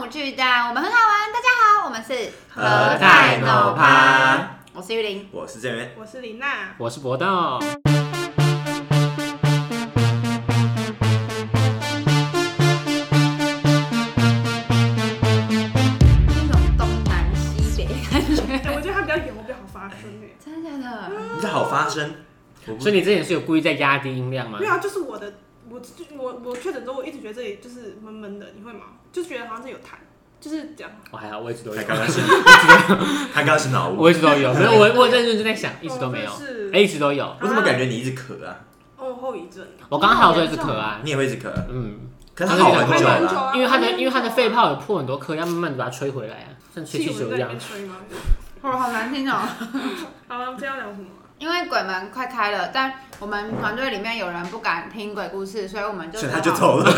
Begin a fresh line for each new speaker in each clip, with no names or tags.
我巨蛋，我们很好玩。大家好，我们是
和泰
脑
脑趴，
我是玉玲。
我是郑源，
我是林娜，
我是博道，
那种东南西北感觉，
哎、我觉得他比较演，我比较好发声哎、
真的假的？
你这好发声，我不
所以你之前是有故意在压低音量吗
没？有啊，就是我的，我我我确诊之后，我一直觉得这里就是闷闷的，你会吗？就觉得好像是有痰，就是这样。
我哦还好，我一直都有
他，刚刚是，他刚刚是脑雾，
我一直都有，没有我我认真就在想，一直都没有
哦，真的
哎，
是
一直都有。
我怎么感觉你一直咳啊？
哦，后遗症。
我刚刚还有说一直咳啊，
你也会一直咳，
嗯，
可是他好很久
还蛮久
了，
啊
因为他的因为他的肺泡有破很多颗，要慢慢的把它吹回来啊，像吹气
气
球
球
一
在里
样
面。吹吗？
我好难听哦。
好了，我们今天要聊什么啊、
因为鬼门快开了，但我们团队里面有人不敢听鬼故事，所以我们就
所以
只
他
好
就。走了。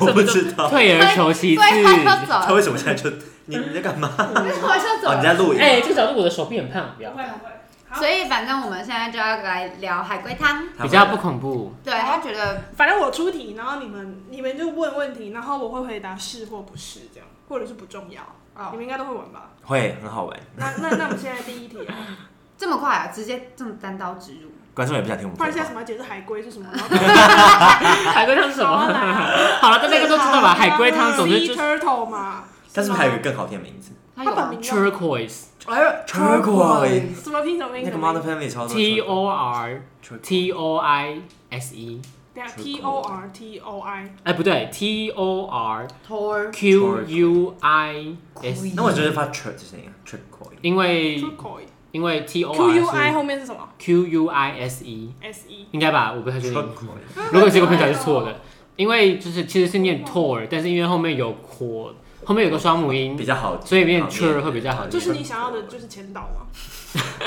我不知道
退而求其次。
对，他就走
他
了，
为什么现在就你你在干 嘛？
我就走
哦，你
了。
在录影？
哎，这角度我的手臂很胖，不要
不，会不会。好
所，以反正我们现在就要来聊海龟汤。
他
比较
回
不
来
恐怖。
对他觉得
反正我出题，然后你们你们就问问题，然后我会回答是或不是这样，或者是不重要。你
哦
们应该都会玩吧？
会很好玩，
那那那我们现在第一题啊，
这么快啊，直接这么单刀直入。
观众也不想听我们
不然现
废话
在什。么要解释海 龟是什么？
海龟汤是什么？好了，大家都知道吧？海龟汤总之
啊 sea
就是
turtle 嘛。
但是不是还有一个更好听的名字
他有
他
啊
本名叫
turquoise
哎
Turquoise
什么拼什么拼？
那个 Modern Family 超多
t o r
Turquoise
t o i s e，
等下 T O R T O I，
哎不对，t o r
Tor
q u i s，E
那我觉得发 Turk 就行，Turk Coin。
因为
turquoise
因为嗯 t o
Q U I
r 是
后面是什么
q u i s e，
？S E
应该吧？我不太确
Turk
定。
Coin
如果结果片起来是错的，因为就是其实是念 tor，但是因为后面有 q，后面有个双母音
比，较好，
所以念
好念
tur 会比较好念。
就是你想要的，就是前导嘛。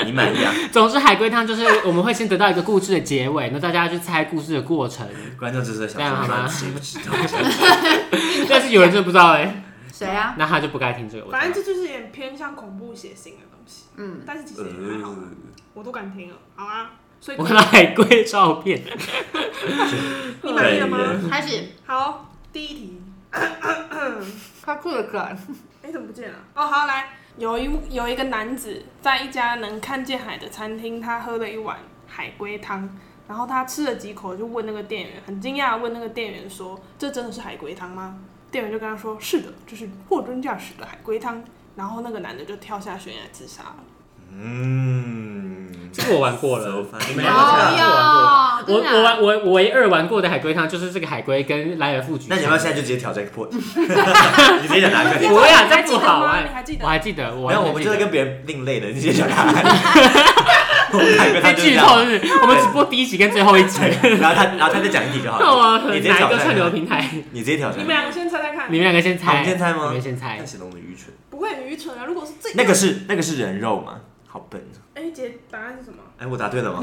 你满意啊？
总之，海龟汤就是我们会先得到一个故事的结尾，那大家去猜故事的过 程。
观众就是想
这样好啊吗
说知不 知道？
但是有人真的不知道哎、
谁啊？
那他就不该听这个。我觉得
反正这就是有点偏向恐怖血腥的东西，
嗯，
但是其实也还好啦，
呃
我都敢听了。好啊，所以
我看到海龟照片，
你满意了
对
吗？
开始，
好，第一题。
他哭的梗。
哎，怎么不见了？哦，好，来，有一有一个男子在一家能看见海的餐厅，他喝了一碗海龟汤，然后他吃了几口，就问那个店员，很惊讶地问那个店员说：“这真的是海龟汤吗？”店员就跟他说：“是的，这是货真价实的海龟汤。”然后那个男的就跳下悬崖自杀了。
嗯，
这个我玩过了
So，funny
你
没
们
有
两个
啊
这
有
个玩过。我
真的啊
我玩我我唯二玩过的海龟汤就是这个海龟跟莱尔富举。
那你要不要现在就直接挑战 破题？你直接讲答案快点。
不要，这
你还记
不
得
好
吗
玩。
你还记得
我还记得，我
没有，我们就是跟别人另类的，你直接讲答案。我们海龟他
在
就这
剧
样
透，是不是？我们只播第一集跟最后一集。
对然后他然后他再讲一题就好
那 我
了。你
哪
直接
一
挑
个串流
战，
平台？
你直接挑
你
战
们。两个先猜猜看
你，们两个先
啊好我
猜，
们先猜吗
你们先猜
看。神龙的愚蠢，
不会很愚蠢啊！如果是这
那个，是那个是人肉吗？好笨啊。
哎，姐，答案是什么？
哎，我答对了吗？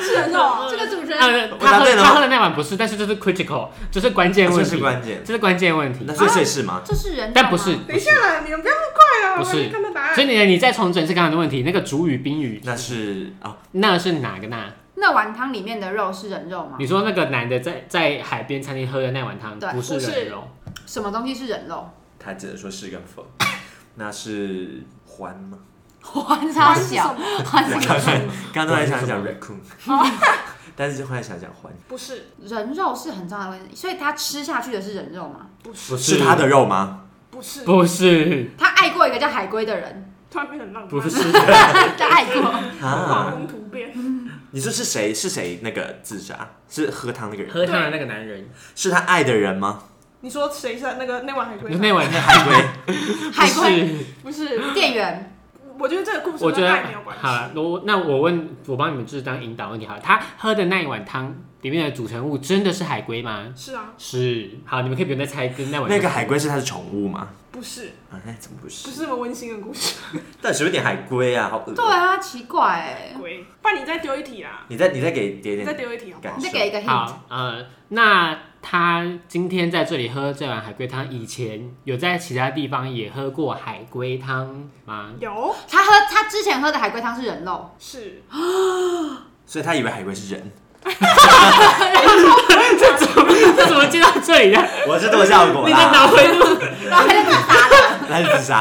是人肉啊，
这个主持人
呃，
我
他
答
喝
对了吗啊
他喝的那碗不是，但是这是 critical，就是关键问
这
题，
是关键。
这是关键问题
那。所以所以是吗？
这是人，
但不是，，
等一下啦，你们不要那么快啊！
不
我
是
还没看到答
所
案。
以你你再重整是刚刚的问题，那个主语宾语，
那是啊，
那是哪个那？
那碗汤里面的肉是人肉吗
你？说那个男的在在海边餐厅喝的那碗汤
对
不是
不是
人肉，
什么东西是人肉？
他只能说是跟否。那是獾吗？
欢超
是什
小，
么？
欢
刚
是
刚刚刚突然想
獾是什
讲
么
raccoon，但是后来想想獾，
不是，
人肉是很重要的问题，所以他吃下去的是人肉吗？
不是，
不
是他的肉吗？
不是，
不是
他爱过一个叫海龟的 人，
突然变得很浪漫，
不是，
他爱过，
画
啊，
风突变。
你说是谁？是谁那个自杀？是喝汤那个人？
喝汤的那个男人，
是他爱的人吗？
你说谁是那个那碗海龟
你说
汤？
那碗
海龟，
海龟
是，
不是，
店员
我觉得这个故事
我觉
跟
得
爱没有关
好
系。
了，我那我问我帮你们就是当引导问题好了，他喝的那一碗汤里面的组成物真的是海龟吗？
是啊，
是，好，你们可以不用再猜跟那碗
那个海龟是他的宠物吗？
不是，
啊，那怎么不
不
是？
是那么温馨的故事。
但是有点海龟啊，好恶。
对啊，奇怪哎，
鬼，不然你再丢一题啦，
你再你再给点
你再
点
丢一题好不好？
感
你再
受。
给一个 hint，
好，呃，那他今天在这里喝这碗海龟汤，以前有在其他地方也喝过海龟汤吗？
有
他喝他之前喝的海龟汤是人肉，
是，
所以他以为海龟是人，
这种这怎么接到这里的？
我是做效果
你的
啦，
脑回 路
然后他就把他打
那是自杀，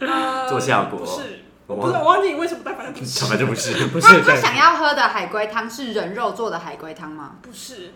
呃
做效果
不是，
我
不是，我
忘
忘记你为什么带，反正不
什
是，
么就不是，
不
他
是
他
对，
想要喝的海龟汤是人肉做的海龟汤吗？
不是。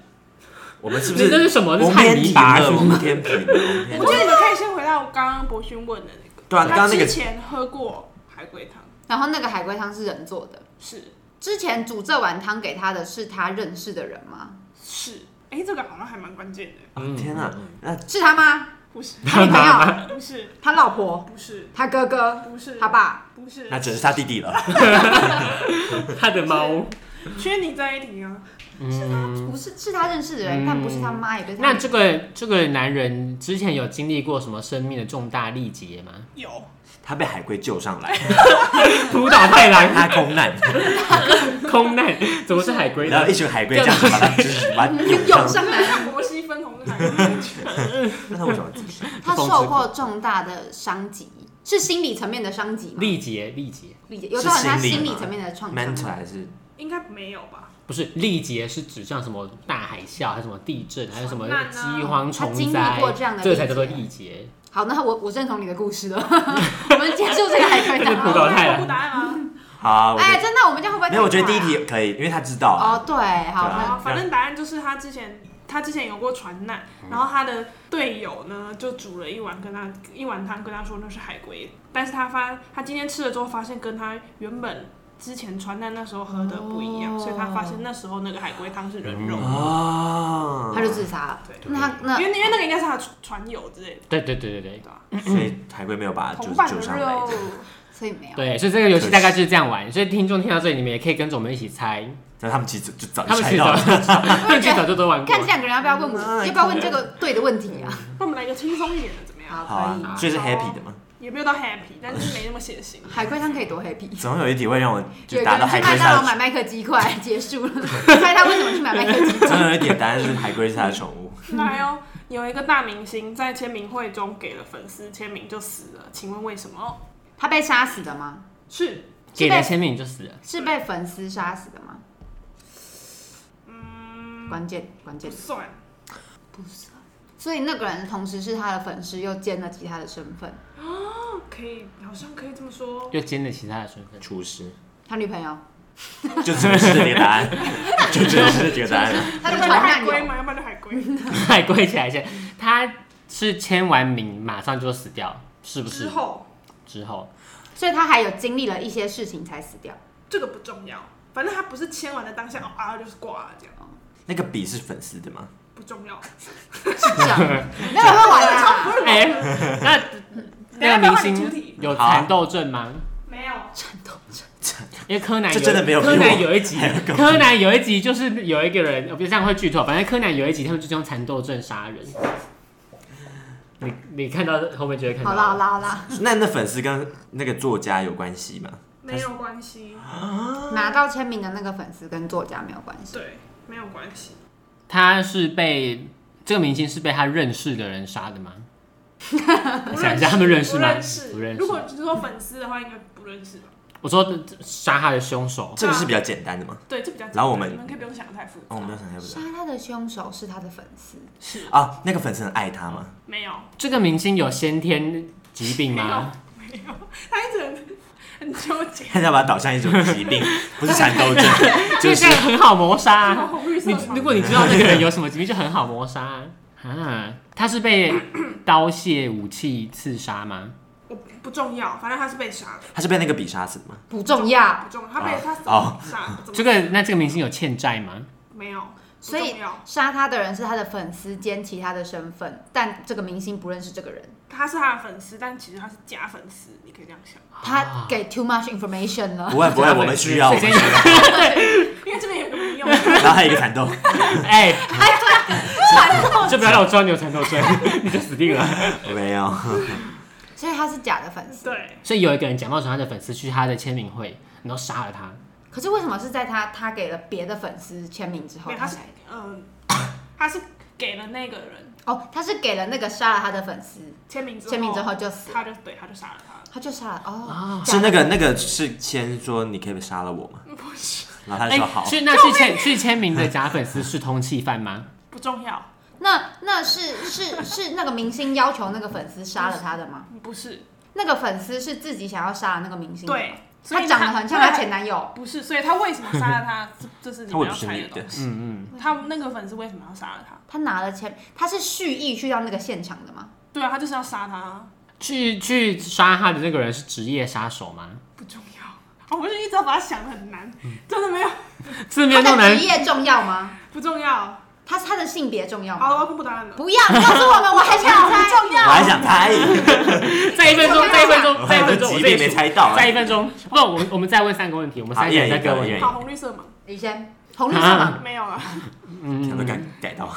我们是 不
你这
是？
是什么？这
我
哦是
们
太
天
泥
平
巴是
了，我
吗？
们天平了，我们
我
天
觉
平。
得你们可以先回到刚刚博勋问的那个，
嗯对啊，刚
他
刚那
之
个
前喝过海龟汤，
然后那个海龟汤是人做的。
是
之前煮这碗汤给他的是他认识的人吗？
是，哎，这个好像还蛮关键的，
嗯
啊天哪，那
是他吗？
不是，
他女朋友、
不是，
他老婆、
不是，
他哥哥、
不是，
他，爸，
不是
那，只是他弟弟了。
他的猫。
缺你这一题啊，
嗯，
不是是他认识的人，
嗯
但不是他妈，也不是他
那。这个这个男人之前有经历过什么生命的重大历劫 吗？
有，
他被海龟救上 来，
扑倒太郎，
他空 难，
空难，怎么是海龟
然
呢
后？一群海龟这样子把他就是把 他
又
涌
涌
上。
上
就是
来，
像摩西分红的海龟
那他为什么要自杀？
他受过重大的伤及，是心理层面的伤及吗？
历劫，历劫
理解，有时候他
是心
心
理吗
理层面的创
mental
伤。
还是
应该没有 吧？
不是历劫，是指像什么大海啸，还是什么地震，还是什么
船难啊
饥荒
他
虫
经历
灾
过，这样的
这
历
个才叫做
劫。
历劫。
好，那我我认同你的 故事了。我们结束这个海龟
这是葡
汤。
萄太郎
公布答案吗？
好啊？我觉
哎，
得
真的，我们这样会不会？啊
没有，我觉得第一。题可以，因为他知道啊。
哦，对，好，
对啊
那
好，反正答案就是他之前。他之前有过船难，然后他的队友呢就煮了一碗跟他一碗汤，跟他说那是海龟，但是他发他今天吃了之后发现跟他原本之前船难那时候喝的不一样，
哦
所以他发现那时候那个海龟汤是人肉，
嗯哦，
他就自杀了。
对，
那他那
因为因为那个应该是他的船友之类的，
对对对对对
对吧？
所以海龟没有把他就
同
是
伴
救
的
啊上来
肉，
所以没有。
对，所以这个游戏大概就是这样玩。所以听众听到这里，你们也可以跟着我们一起猜，
但他们其实就早
他
就
们
猜
其实
到
早
了。
就他们其实早就都玩过
看这
了。
两个人要不要问我，要不要问这个对的问题啊？
那我们来一个轻松一点的怎么样？
嗯
好
好，可
啊，
以。哦
所以是 happy 的嘛？
也没有到 happy，但是没那么血腥。
海龟汤可以多 happy。
总有一题会让我
有
就
一个
答到
人去
海龟
麦
是
当劳
他
买麦克鸡块，结束了。猜他为什么去买麦克鸡 块？
的，总有一题答案是海龟是他的宠物。
来哦，有一个大明星在签名会中给了粉丝签名就死了，请问为什么？
他被杀死的吗？
是，
给了签名就死了，
是被粉丝杀死的吗？
嗯，
关键关键
不，算，
所以那个人同时是他的粉丝，又兼了其他的身份，
可以，好像可以这么说。
又兼了其他的身份。
厨师，
他女朋友，
就真的是这个答案，就真的是这个答案。
他的
要不
传
然就
染
海龟
有。
嘛，要不然就海 龟
海龟起来先，他是签完名马上就死掉，是不
之
是？
后，
之后
所以他还有经历了一些事情才死 掉。
这个不重要，反正他不是签完的当下哦啊就是挂了这样，
那个笔是粉丝的吗？
不重要。
是这样，没有人会玩啦。
哎、 那那个明星有
啊
蚕豆症吗？
没有，
因为柯南
这真的没有比我
柯南有一集
还要，更
柯南有一集就是有一个人，我不这样会剧透，反正柯南有一集他们就是用蚕豆症杀人。你你看到后面就会看到。
好啦好啦好啦，
那那粉丝跟那个作家有关系吗？
没有关系，
拿到签名的那个粉丝跟作家没有关系。
对，没有关 系。
他是被这个明星是被他认识的人杀的吗？
不
想一下他们认识吗
不认识，
不认识
如果只是说粉丝的话，应该不认识吧？
我说杀他的凶手，
这个是比较简单的吗？
对，这比较简单。
然后我们
你们可以不用想得太复杂。
哦，我没有想太不
杀
到
他的凶手是他的粉丝，
是
啊。那个粉丝很爱他吗？
没有
这个明星有先天疾病吗？
没有，他一直很很纠结，
他想把他导向一种疾病，不是蚕豆症，
就
就是
这样很好谋杀、啊。
然后绿色
你
嘛
如果你知道那个人有什么疾病，就很好谋杀啊啊。他是被刀械武器刺杀吗？
我不重要，反正他是被杀的，
他是被那个笔杀死的吗？
不重要。
不重要，他被
啊
他怎
哦
么杀？怎么
这个那这个明星有欠债吗？
没有？不
所以
重要，
杀他的人是他的粉丝兼其他的身份，但这个明星不认识这个人，
他是他的粉丝，但其实他是假粉丝，你可以这样想，
啊他给 too much information 了。
不会不会，我们需要。我
所以
们需
今
要
天有
因为这边有个没用，
然后还有一个蚕豆，
哎，就不要让我知道你有蚕豆症， 你就死定了。
没有。
所以他是假的粉丝。
对，
所以有一个人假冒成他的粉丝去他的签名会，然后杀了他。
可是为什么是在他他给了别的粉丝签名之后
没有，
他
他是
才
嗯，他是给了那个人
哦，他是给了那个杀了他的粉丝
签名之后，
签名之，后就死了，
他就对他就杀了他了，
他就杀了哦，假
是
的
那个那个是先说你可以杀了我吗？
不是
然后他就
哎
说好，
去那去签去签名的假粉丝是通缉犯吗？
不重要，
那那是是是那个明星要求那个粉丝杀了他的吗？
不是，
那个粉丝是自己想要杀的那个明星的吗，
对，所
他
以
长得很像他前男友，
不是，所以他为什么杀了他？这这是你
他
们
为
要
什么是
猜
女
的
的
东？西。
嗯嗯，
他那个粉丝为什么要杀了他？
他拿了钱，他是蓄意去到那个现场的吗？
对啊，他就是要杀他啊，
去去杀他的那个人是职业杀手吗？
不重要。我 们就一直要把他想的很难，
嗯
真的没有
字
他
面都
的
难
职，业重要吗？
不重要。
他他的性别重要
好
吗？
了，我要公布答案了。
不要你告诉我们，我还想猜。
重
我还想猜，
再一分钟，再一分 钟，再一分钟，
我
我
极
再
力没
数
猜到啊
再。一分钟，不，我们我们再问三个问题，我们三
好
个
一人
人再
一
各
个
问
一人一
一个。
个
好，红绿色嘛，
你先，红绿色盲
没有了。
想都
嗯，
敢改到，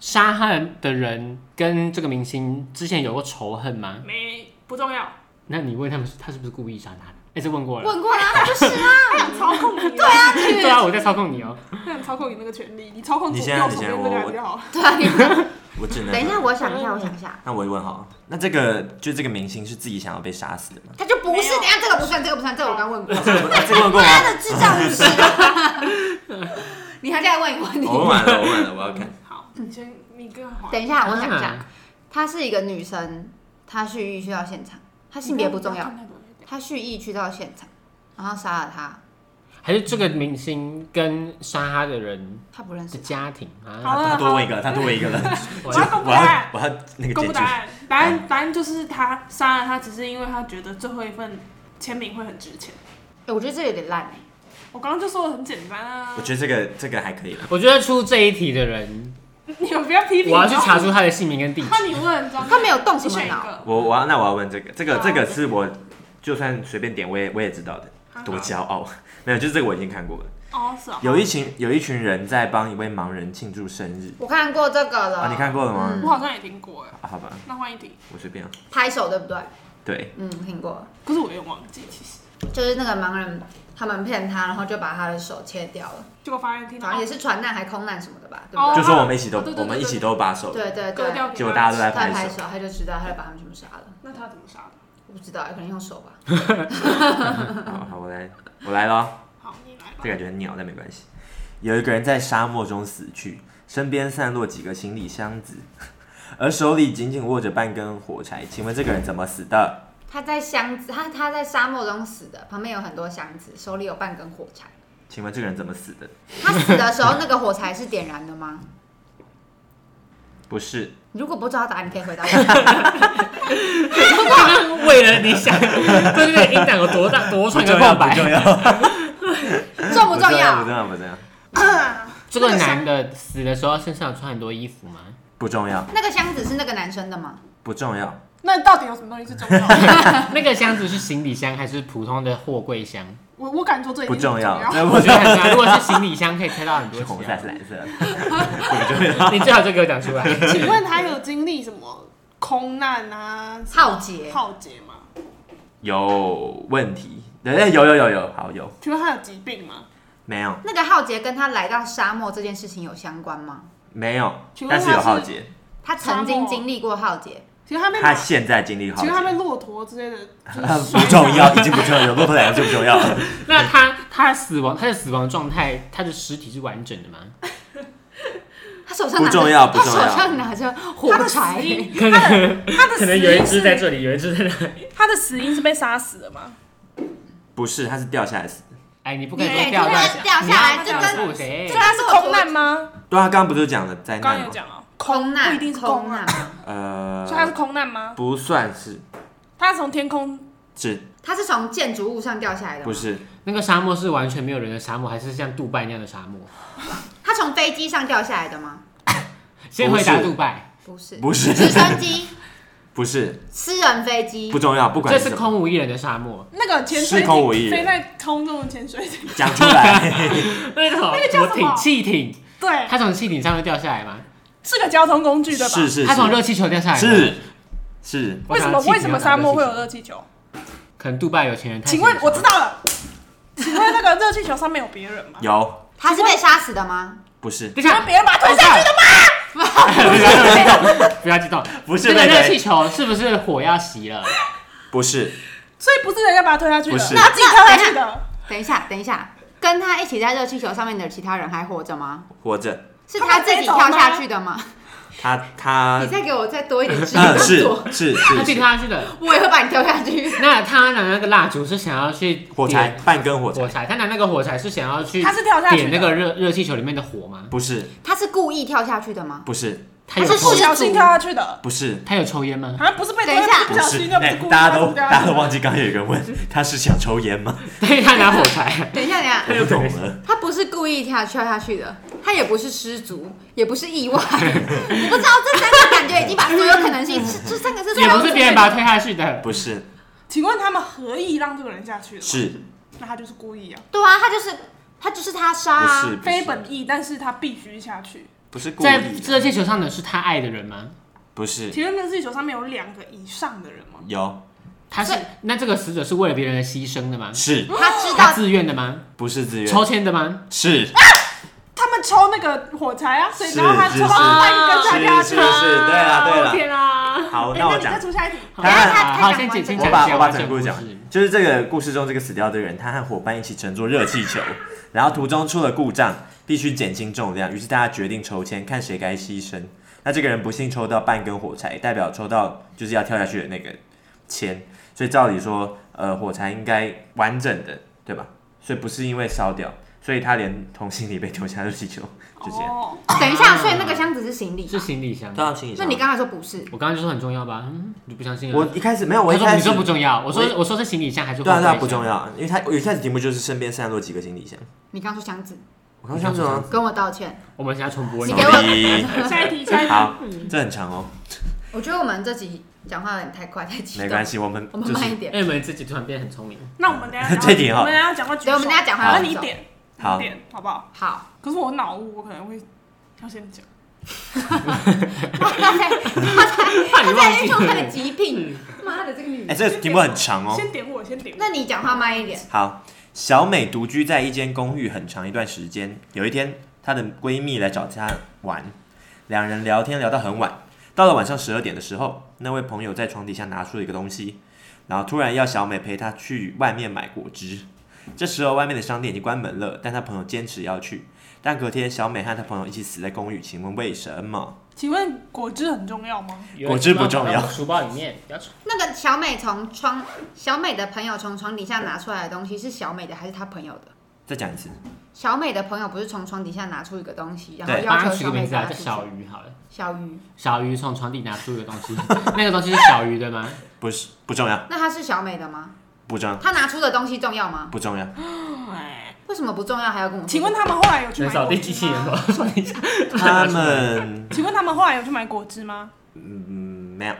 杀他人的人跟这个明星之前有过仇恨吗？
嗯
没不重要，那
那你问他们，他是不是故意杀他的？哎、这问过了。
问过啦，他就是啊，
很操控你。对 啊，
对啊，我在操控你哦、
那很操控你那个权利，你操控左
你
右
先啊
手边这
你先啊
两就好了。
对啊。你
我只能
等一下，我想一下，我想一下，
那我也问好了，那这个就这个明星是自己想要被杀死的吗？
他就不是。
没有
等一下这个不算，这个不算， 这个我刚问过。
啊这个问过
他
吗？
的智障是 啊你还在问一个问
我问
题？
完了，我问完了，我要 看。
好，你先，你跟黄
等一下，我想一下
啊，
她是一个女生，她蓄意去到现场，她性别不重要，。她蓄意去到现场，然后杀了她，
还是这个明星跟杀他的人
她不认
的
识。
家庭啊？
好了
他多问一个，他多问一个了。
我
我要公布
我
答
要
案，
我要那个
公布
结
答
局。
案。答案答案就是他杀了他，只是因为他觉得最后一份签名会很值钱。
哎，我觉得这有点烂哎。
我刚刚就说的很简单啊。
我觉得这个这个还可以了。
我觉得出这一题的人，
得你们不要批
我
评。哦
要去查。出他的姓名跟地址。
换你问，
他没有动什么
你选一
脑
个。
我我要那我要问这个，这个
好
这个是我就算随便点我也我也知道的，多骄傲。 没有，就是这个我已经看过了。
哦，是哦。
有一群有一群人在帮一位盲人庆祝生日
我看过这个
哦
了，
啊，你看过了吗？
我好像也听过哎，
啊，好吧，
那换一题。
我随便啊。
拍手对不对？
对，
嗯，听过，
可是我有点忘记，其实
就是那个盲人，他们骗他，然后就把他的手切掉了，
结果发现听到
好像也是传难还空难什么的吧，对
哦
不
就说我们一起都
哦对对对
我们一起都把手，
对？对
啊割
对对，
掉。
结果大家都在
他
拍
拍
手。
手他就知道，他就把他们全部杀了。
那他怎么杀的？
我不知道，可能用手吧。
好好，我来我来了。
好，你来吧
这。感觉很鸟，但没关系。有一个人在沙漠中死去，身边散落几个行李箱子， 而手里紧紧握着半根火柴。请问这个人怎么死的？
他在箱子，他他在沙漠中死的，旁边有很多箱子，手里有半根火柴。
请问这个人怎么死的？
他死的时候，那个火柴是点燃的吗？
不是，
如果不知道答案，你可以回答我。
为了你想，对这个音档有多大多
不
长个空白？
要，
重不
不
重
不
要？
重要，不重要，
这个男的死的时候身上有穿很多衣服吗？
不重要，
那个箱子是那个男生的吗？
不重要，
那到底有什么东西是重要的？
那个箱子是行李箱还是普通的货柜箱？
我我敢说这一
不
定
重
不
要。
重
那
我
不
觉得很难。如果是行李箱，可以猜到很多
是
题
红色还
啊
是蓝色的？
你最好就给我讲出来。
请问他有经历什么空难啊？什么
浩劫
浩劫吗？
有问题？对，有有有有，好有
请问他有疾病吗？
没有
那个浩劫跟他来到沙漠这件事情有相关吗？
没有
请，问
但
他
是有浩
是
劫，
他曾经经历过浩劫，
请问他被
他现在经历浩
请
劫
问，他被骆驼之类的
不重要，已经不重要，有骆驼两个就不重要了。
那他他死亡，他的死亡状态，他的尸体是完整的吗？
他手上拿着
不重要不重要
他手上拿着火
他的死
柴。
因，他的他的
可能
死
有一
因
只在
是
这里，有一只在那里。
他的死因是被杀死的 吗？
不是，他是掉下来死的。
哎，你不可以
你
说
也
掉
不
下
能掉下来
你要
这
告
跟
诉谁
这？个
是空难吗？
对啊，刚刚不就讲了灾
刚刚
难
有
吗？
讲哦，
空难，
不一定是
空
空
难
难，，
呃，
所以他是空难吗？
不算是，
他是从天空
是
他是从建筑物上掉下来的吗？
不，是？
那个沙漠是完全没有人的沙漠，还是像杜拜那样的沙漠？
他从飞机上掉下来的吗？
先回
不
答
是
杜拜，
不是，
不是
直升机、
不是，
私人飞机
不。重要，不管
这
什
是
么，
空无一人的沙漠。
那个潜水
是空无
艇
一人
飞在空中的潜水艇，
讲出来。
那个什么
那个叫
什么
什
艇
么
气艇，
对，
他从气艇上面掉下来吗？
是个交通工具对吧？
是是
他从
是
热气球掉下来吗
是是，
我
为
想
什么
到气艇
为什么
要打
沙漠
热气
会有
球？
热气球？
可能杜拜有钱人太
请
闲
问
了
我知道了，请问那个热气球上面有别人吗？
有
他是被杀死的吗？
不是
等一
请
下
问，别人把他推下去的吗？
不要激动，
不是
这个
那个
热气球是不是火要熄了？
不是
所以不是人家把他推下去的，
不是
他自己跳下去的。
等一下，等一下，跟他一起在热气球上面的其他人还活着吗？
活着，
是他自己跳下去的吗？
他他
你再给我再多一点肢体
嗯是
动作，
是
他
是是
去跳下去的。
我也会把你跳下去。
那他拿那个蜡烛是想要去
火柴
点
半根火柴
火柴，他拿那个火柴是想要去
他是跳下去的
点那个热热气球里面的火吗？
不是
他是故意跳下去的吗？
不是
他有
他是
抽
不小心跳下去的，
不是
他有抽烟吗？
好像不是被
等一下
推
不
不小
是
心，那不
哎
是故意
大家都
跳下去的
大家都忘记刚刚有一个人问他是想抽烟吗？
对，他拿火柴，
等一下，等一下，
我不懂了，
他不是故意跳跳下去的，他也不是失足，也不是意外。我不知道这三个感觉已经把所有可能性，这这三个是
也不是别人把
他
他推下去的。
不是
请问他们何意让这个人下去的？
是
那他就是故意啊，
对啊，他就是他就是他杀
不
啊
是，不
非
是
本意，但是他必须下去。
不是故
在
意
热
的，
气球上的是他爱的人吗？
不是
请问那个气球上面有两个以上的人吗？
有
他是
所以
那这个死者是为了别人而牺牲的吗？
是
他知
他
道
自愿的吗？
不是自愿
抽签的吗？
是
他们抽那个火柴啊，所以
是
然后他抽
是
到半根才
是
下
是
去。
是，对了对了，
天啊！
好，
哎
那我
你
讲
再出下一题。
好
当然
他
好，
他
先简先
讲
我
讲一
把
下
我把
完
整个故事讲
故事，
就是这个故事中这个死掉的人，他和伙伴一起乘坐热气球，然后途中出了故障，必须减轻重量，于是大家决定抽签，看谁该牺牲。那这个人不幸抽到半根火柴，代表抽到就是要跳下去的那个签，所以照理说，呃，火柴应该完整的，对吧？所以不是因为烧掉，所以他连同行李被丢下热气球，就这样。
哦，
等一下，所以那个箱子是行李
是。行李箱。
到行李
那你刚才说不是？
我刚刚就说很重要吧？嗯，你不相信啊？
我一开始没有，我一
他说
开
你
始
说不重要，我
我
说我说是行李箱还是
对啊对啊
货柜箱
不重。要，因为他我一开始题目就是身边散落几个行李箱，
你刚说箱子，
我刚想什么？
跟我道歉。
我们现在重播
你
你
给我
我。
下一题，下 一题。
好，
嗯
这很长哦，
我觉得我们这集讲话有点太快，太激动。
没关系，我们
我们
就
慢一
是
点。
哎，你们自己突然变得很聪明，
那我们等一下讲话，
这题哈
我们等一下讲话举手，
对我们等一下讲话
那
举
你
手
点，
好
你点好不好？
好，
可是我脑雾，我可能会要先讲。
他才
怕你
他
忘
在
记
运用他的
了。
疾病。妈的，这个女
哎，
人。
这个题目很长哦。
先点我，先点我。
那你讲话慢一点。
好，小美独居在一间公寓很长一段时间。有一天，她的闺蜜来找她玩，两人聊天聊到很晚。到了晚上十二点的时候，那位朋友在床底下拿出了一个东西，然后突然要小美陪她去外面买果汁。这时候外面的商店已经关门了，但她朋友坚持要去。但隔天，小美和她朋友一起死在公寓，请问为什么？
请问果汁很重要吗？
果汁不重要
书包里面不要吵
那个小美从窗，小美的朋友从床底下拿出来的东西是小美的还是她朋友的？
再讲一次，
小美的朋友不是从床底下拿出一个东西，然后
对
要
帮他
求
取
小
个名
美
字啊，
拿
叫
出去
小鱼好了。
小鱼，
小鱼从床底拿出一个东西， 那个东西是小鱼的吗？
不是不重要，
那她是小美的吗？
不重要，
她拿出的东西重要吗？
不重要。
为什么不重要还要跟我？
请问他们后来有去
能
买
扫
果
地机器
汁
人
吗？
吗？扫地机器人
他们
请问他们后来有去买果汁吗？
嗯没有，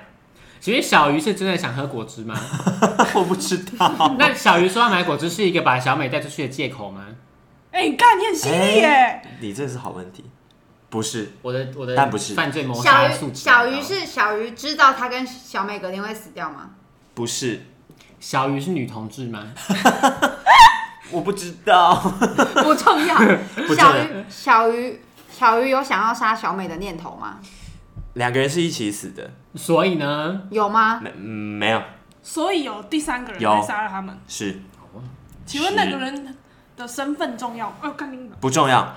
其实小鱼是真的想喝果汁吗？
我不知道。
那小鱼说要买果汁是一个把小美带出去的借口吗？
哎、干，你很犀利耶！
你这是好问题，不是？
我的我的
但不是
犯罪谋
小
杀
鱼
素质
小
很高。
鱼是小鱼知道她跟小美隔天会死掉吗？
不是？
小鱼是女同志吗？
我不知 道。
不重 要。
不重要
小鱼小鱼小鱼有想要杀小美的念头吗？
两个人是一起死的，
所以呢，
有吗？
没、嗯、没有？
所以有第三个人
有
来杀了他们。
是
请问那个人的身份重要吗？哎呦，干你
不 重要。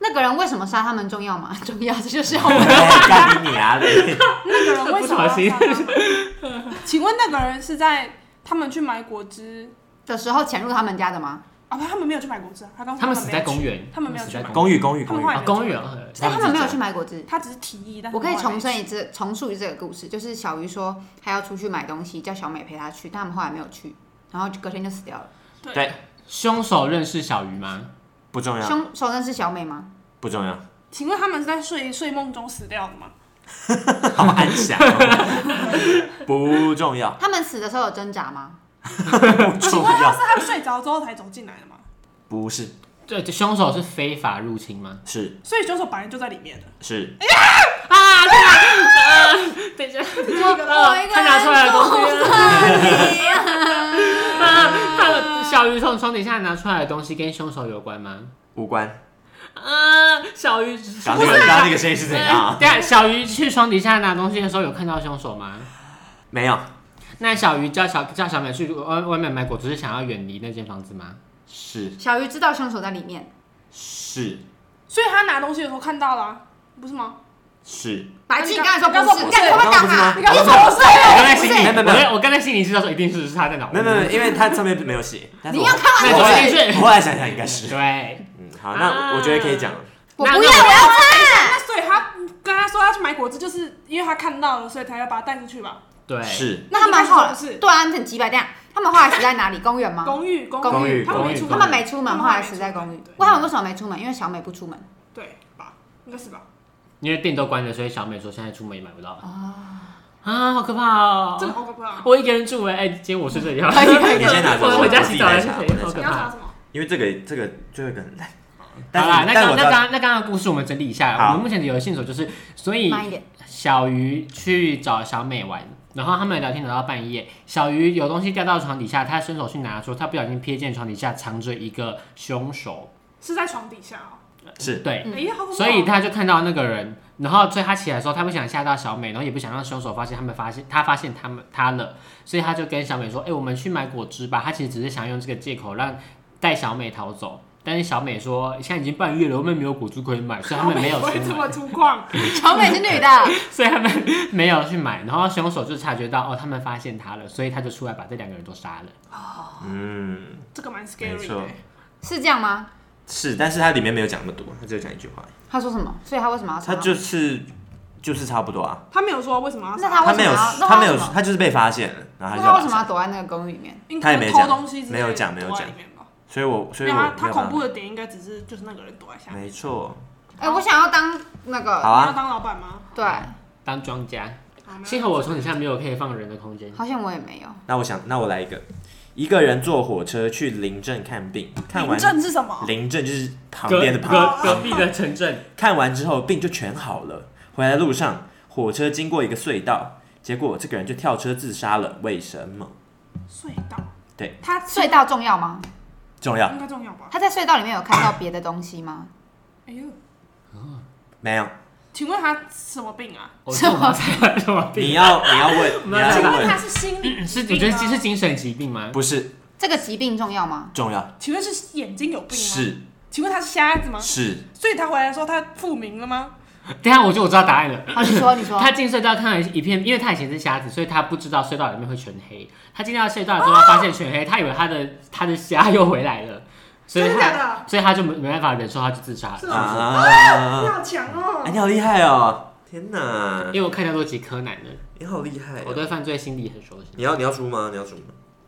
那个人为什么杀他们重要吗？ 重要，这就是要 问。
哎干你娘嘞！
那个人为什么要杀
不
他们？ 请问那个人是在他们去买果汁
的时候潜入他们家的吗？
啊？不，他们没有去买果汁啊。他刚说
他们
没有
死在公
去，
园，
他们没有
死在
去买
园
公寓，公寓，
他们
公
换
寓。
啊，公寓哦
所以他们没有
自己
去买果汁。
他只是提议，但是
我可以重申一
次。
次，重述一次这个故事，就是小鱼说他要出去买东西，叫小美陪他去，但他们后来没有去，然后隔天就死掉了。
对，
凶手认识小鱼吗？
不重要，
凶手认识小美吗？
不重要。
请问他们是在睡睡梦中死掉的吗？
好安详 哦，不重要，
他们死的时候有挣扎吗？
不重要
是，他睡着之后才走进来 的吗？
不是，
对，凶手是非法入侵吗？
是
所以凶手本来就在里面的。
是
啊，对啊，等一下，他拿出来的东西啊， 他的小鱼从床底下拿出来的东西跟凶手有关吗？
无关。
啊，小鱼，
哎
刚刚那个，刚刚那个声音是怎样啊？
对啊，小鱼去床底下拿东西的时候有看到凶手吗？
没有，
那小鱼叫小叫小美去外外面买果汁，是想要远离那间房子吗？
是
小鱼知道凶手在里面，
是
所以他拿东西的时候看到了啊、不是吗？
是，
白痴，你刚才说不是，
你
你
刚才
干
说
他
不
妈干
是
嘛？啊
你
刚才说不是
我刚才心里，
没有没有没有
我刚我刚才心里知道说一定是他在脑，
没有没有，没有因为它上面没有写。但
嗯
是
你
我
要看
那
完
我
我
一定
是，
是
我后来想想应该是，
对，
嗯，好，那我觉得可以讲了。
我
那
不
那
要，
我
我要看。
那所以他跟他说要去买果汁，就是因为他看到了，所以才要把他带出去吧？
对，
是
那他们后来
那你刚才说不是
对啊，你很鸡巴这样。他们后来死在哪里？公园吗？
公寓，公
公
寓
他们没
公
出
寓
他们
门，
没出门，
他们
后来死在公
没
寓
出门。
哇，他们为什么没出门？因为小美不出门。
对吧？应该是吧？
因为店都关了，所以小美说现在出门也买不到了。啊，好可怕哦！
这个好可怕哦。
我一个人住哎、哎，今天我睡这里好了。
可以可以
你先拿着
我回家洗澡
我
了
自己来
就
查
可以
我
好
来
你
可
要
怕
查。什么？
因为这个这个最后一个很烂。 但
好
是
啦，那
但
刚
我知
那
道
刚那刚刚的故事我们整理一下。
好
我们目前有的线索就是，所以
慢一点，
小鱼去找小美玩，然后他们聊天聊到半夜，小鱼有东西掉到床底下，他伸手去拿，说他不小心瞥见床底下藏着一个凶手，
是在床底下哦。
是
对，
嗯
哎呀，好可怕哦！
所以他就看到那个人，然后所以他起来的时候，他不想吓到小美，然后也不想让凶手发现他们发现他发现他们他了，所以他就跟小美说：“哎、我们去买果汁吧。”他其实只是想用这个借口让带小美逃走，但是小美说现在已经半夜了，我们没有果汁可以买，所以他们没有
不
出
会这
门。
么粗犷。
小美是女的，
所以他们没有去买，然后凶手就察觉到哦，他们发现他了，所以他就出来把这两个人都杀了。
嗯
这个蛮 scary
没错
的。
是这样吗？
是，但是它里面没有讲那么多，它只有讲一句话，
他说什么？所以他为什么要
它
杀？
就是就是差不多啊。
他没有说为什么要
那
杀
他
他
为
没
什
有
么要？那
他没有
为什么
他就是被发现了，然
那
后啊他就
他为
要把
什
它
么
杀
要躲在那个公寓里面？
应
他
该
也没
偷
讲
东西之类的
没有讲没有
躲在
讲
里面吧
所以我所
因
以
为
我
他
没
他
有
恐怖
办
的点应该只是就是那个人躲在下
法
面。
没错，
哎，我想要当那
好
个，
你要
啊，
当老板吗？
对，
当庄家，
好没有
幸好我床底下没有可以放人的空间。
好像我也没有。
那我想那我来一个，一个人坐火车去临镇看病，看完
临阵是什么？
临镇就是旁边的
隔
旁，
隔隔壁的城 镇，
看完之后病就全好了，回来的路上火车经过一个隧道，结果这个人就跳车自杀了，为什么？
隧道。
对，
他
隧道重要吗？
重要
应该重要吧？
他在隧道里面有看到别的东西吗？
哎呦，
没有？
请问他什么病啊？
我这么这么
你要你要问你
那
要
请
那
问
问
他是心
嗯
理
是
病啊
我觉得
吗
其实精神疾病吗？
不是
这个疾病重要吗？
重要
请问是眼睛有病吗？
是
请问他是瞎子吗？
是
所以他回来的时候他复明了吗？
等一下我就我知道答案了。
啊
好，你说，你说。
他进隧道看了一片，因为他以前是瞎子，所以他不知道隧道里面会全黑。他进到隧道之后发现全黑，他以为他的他的瞎又回来了，所以
真的假
他
的？
所以他就没没办法忍受，他就自杀
是哦
了。
吗
啊
你！好强哦
哎，！你好厉害哦！天哪
因，为我看太多集柯南了，
你好厉害、哦
我对犯罪心理很熟悉。
你要你要出吗？你要出吗？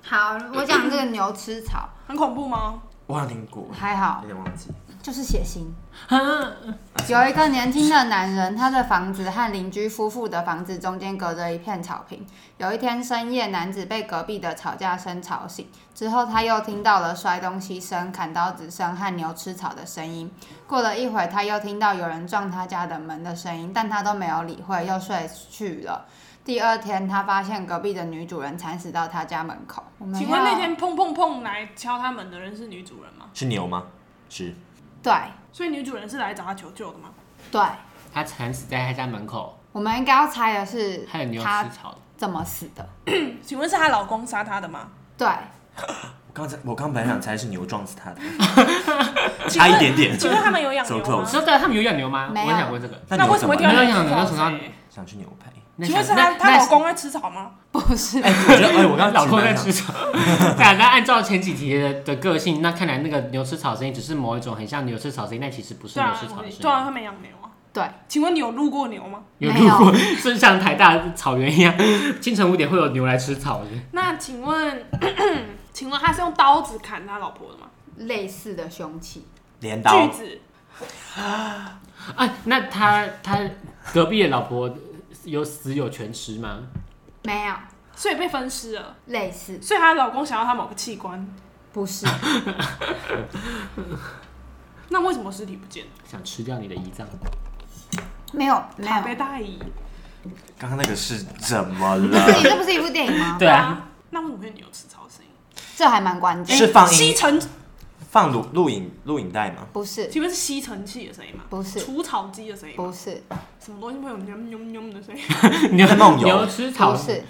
好，我讲这个牛吃草
很恐怖吗？
我好像听过，
还好
有，点忘记。
就是血腥。
啊
有一个年轻的男人，他的房子和邻居夫妇的房子中间隔着一片草坪。有一天深夜，男子被隔壁的吵架声吵醒，之后他又听到了摔东西声、砍刀子声和牛吃草的声音。过了一会儿，他又听到有人撞他家的门的声音，但他都没有理会，又睡去了。第二天，他发现隔壁的女主人惨死到他家门口。我们
请问
要
那天砰砰砰来敲他门的人是女主人吗？
是牛吗？是
对
所以女主人是来找他求救的吗？
对，
他惨死在他家门口，
我们应该要猜的是
还有牛
他
吃草。
怎么死的。
请问是她老公杀她的吗？
对，
我刚才我刚本来想猜是牛撞死他的，
请问
差一点点
请问他们有养牛
走
吗
close？
知啊道他们有养牛吗？
没有
我想问这个。
那
牛
为什
怎
么会
了
掉
没
在
有养
地
牛
上
手上
欸
想吃牛排？
那
请问是
想
她
那
她
那
老公在吃草吗？
不是。
我觉得哎，我刚
老
刚
公
在
在吃草。 对啊，那按照前几题的的个性，那看来那个牛吃草声音只是某一种很像牛吃草声音，但其实不是
对
牛
啊
吃，草的
对
声
啊，他
音。
们养牛啊。
对，
请问你有路过牛吗？
有
没有
路过，就像台大草原一样， 清晨五点会有牛来吃草的。
那请问， 请问他是用刀子砍他老婆的吗？
类似的凶器，
镰
锯
刀，
子，
啊，那他他隔壁的老婆有死有全吃吗？
没有
所以被分尸了。
类似，
所以她老公想要她某个器官，
不 是
那为什么尸体不见了？
想吃掉你的胰脏？
没有没
哎
塔贝
有，
大姨。
刚刚那个是怎么
不是
了？
这不是一部电影吗？
对啊，
那为什么会有牛吃草的声音？
这还蛮关键，
是放
吸
音
尘，
放录录影录影带吗？
不是
请问是吸尘器的声音吗？
不是
除草机的声音吗？
不是
什么东西会有喵喵喵的声音？
牛
在梦游
牛吃草
不。是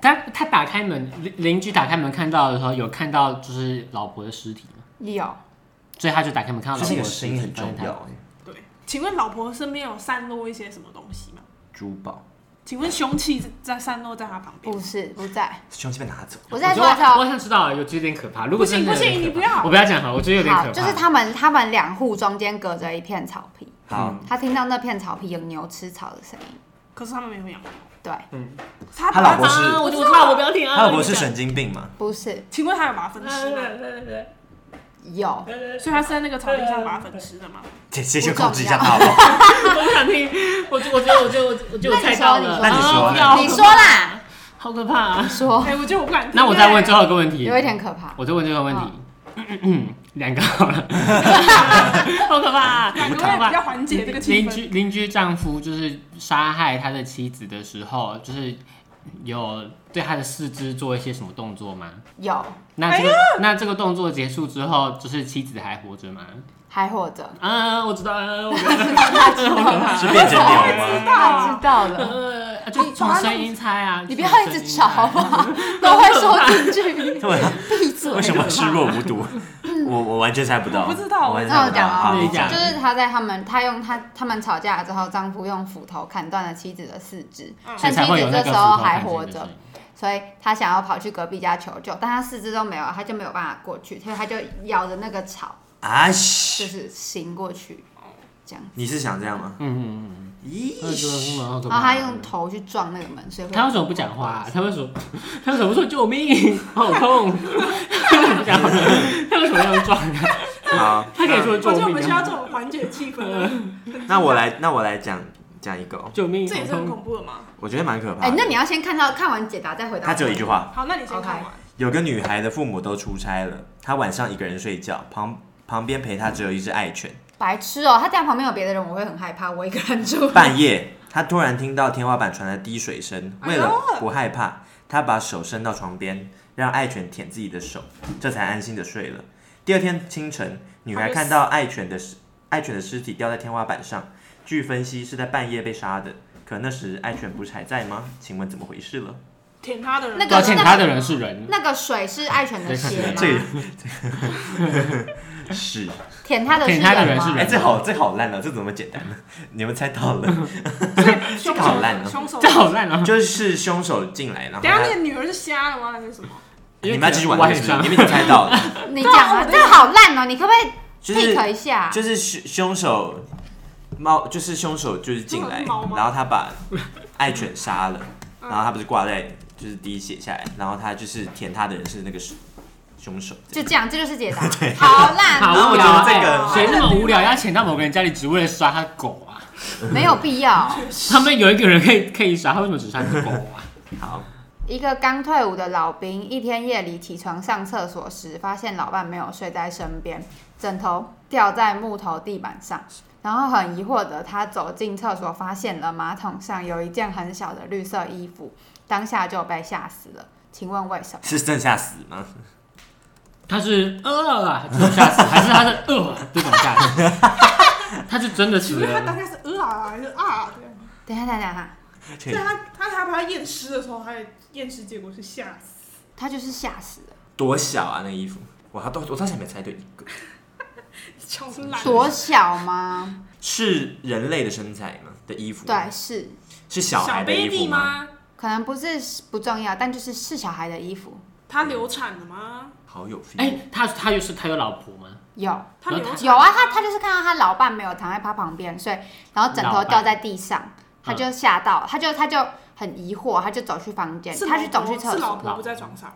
他他打开门，邻邻居打开门看到的时候，有看到就是老婆的尸体吗？
有
所以他就打开门看到
就是那
老婆的
个
尸
声
体，
音很重
发现她
要。哎
对，请问老婆身边有散落一些什么东西吗？
珠宝，
请问凶器在散落在她旁边
不
吗？
是不在，
凶器被拿走，
不
我
在
觉得
桌
我
头。
想知道，有觉得有点可怕。如
不
果
行
真的
不
有点
行，你
可
不
怕
要
我。不要讲好，我觉得有点可
好，
怕。
就是他们他们两户中间隔着一片草皮，
好，
他听到那片草皮有牛吃草的声音。
可是他们没有养。
对，
嗯
他
他老婆是
我我怕我不要听啊。
他老婆是神经病 嘛？
不是
请问他有把它分尸吗？
有，
所以他是在那个草地上把它分尸的吗？
姐姐
不
先
重
控制一下
要
他好不好？
我不想听，我觉我觉得我觉得我我觉得我
那你
猜到
说
了，
那你说
啊不要
你说啦，
好可怕啊！
说
哎，我觉得我不敢听。
那我再问
哎
最后一个问题，
有一点可怕。
我再问最后一个问题，两个好了，好可怕啊，
两个
好可
月
怕
比较缓解这个气
邻
氛。
居邻居丈夫就是杀害他的妻子的时候，就是有对他的四肢做一些什么动作吗？
有，
那这个、那这个动作结束之后，就是妻子还活着吗？
还活着。
啊，我知道，啊、 我知道，好可怕，
是变成鸟吗？
他知道了，
呃，就从声音猜啊，
你不要一直吵好不好？ 都会说进去，
对啊，
闭嘴。
为什么视 若无睹？我我完全猜不到，
我不知道
我完全
那嗯我
猜不
讲
到。
啊，
好，
你
你
讲
讲
就。是他在他们，他用他他们吵架了之后，丈夫用斧头砍断了妻子的四肢，
嗯所
但
以
妻
才会有
子
那
这
个
时
石
候
头
还
砍
活
进去
着，所以他想要跑去隔壁家求救，但他四肢都没有，他就没有办法过去，所以他就咬着那个草，
啊
就
嘘，
是行过去，这样。
你是想这样吗？
嗯嗯嗯，那真的
咦，
是蛮好可怕
然哦
的。
后他 用头去撞那个门，所以会
他为什么不讲话、啊？他为什么？他为什么不说救命？好痛！他为什么不讲话？他为什么要撞啊？
好，
他可以说
我觉得
救
我们
命
需要
啊！
这种缓解气氛啊，
那那我来，那我来讲讲一个哦，
救命！
这也是
好
很
痛
恐怖的嘛。
我觉得蛮可怕
哎、那
的。
你要先看到看完解答再回答。
他只有一句。话，
好，那你先看完。
有个女孩的父母都出差了，她晚上一个人睡觉，旁旁边陪她只有一只爱犬。
白痴哦、他这样旁边有别的人，我会很害怕。我一个人住，
半夜，她突然听到天花板传来滴水声，
哎呦
为了不害怕，她把手伸到床边，让爱犬舔自己的手，这才安心的睡了。第二天清晨，女孩看到爱犬的尸爱犬的尸体掉在天花板上，据分析是在半夜被杀的。可那时爱犬不是还在吗？请问怎么回事了？
舔他的人，
那个
抱歉，他的人是 人，
那个水是爱犬的 血
这个
吗？
是，
舔他的
舔他的人
吗
是
哎、
人
这好这好烂了、这怎么简单呢？你们猜到了。
凶
这个好烂啊
手，凶手
这。好烂啊！
就是凶手进来，然后
等一下那
他
个女儿是瞎了吗？还是什么？
你们要继续玩
我
这个
很
是不
伤
是？你们已经猜到了，
你讲啊，这好烂哦、你可不可以
就
pick
是
一下？
就是凶凶手猫，就是凶手就是进来，
这种猫吗嗯
然后他把爱犬杀了，然后他不是挂在就是滴血下来，然后他就是舔他的人是那个凶凶手，
就这样，这就是 解答。好烂
好
哦、
无
我
聊
觉
啊！
得这个
谁那么无聊要潜到某个人家里，只为了杀他狗啊？
没有必要。
他们有一个人可以可以杀，他为什么只杀只狗啊？
好，
一个刚退伍的老兵，一天夜里起床上厕所时，发现老伴没有睡在身边，枕头掉在木头地板上，然后很疑惑的他走进厕所，发现了马桶上有一件很小的绿色衣服，当下就被吓死了。请问为什么？
是剩下死吗？
他是呃这种吓死，还是他是呃这种吓死？ 他是真的
其
死
实他
了
当。下是呃啊还是啊这样？
等一下，等一下哈，
这
对他他他把他验尸的时候，他的验尸结果是吓死。
他就是吓死了，
多小啊那个衣服，我到我到现在没猜对一个，
穷懒，
多小吗？
是人类的身材吗？的衣服？
对，，是，
是小
小
孩的衣
baby
服？嗯
吗？
可能不是不重要，但就是是小孩的衣服，
他流产了吗？
好有 feel，、
哎，他他又是他有老婆吗？
有。
他流产
有啊，他他就是看到他老伴没有躺在他旁边，所以然后枕
老
头掉
伴
在地上，他就吓到，他就他就很疑惑，他就走去房间，
嗯是
他去
老
走
婆
去厕
是老
所，
婆不在床上，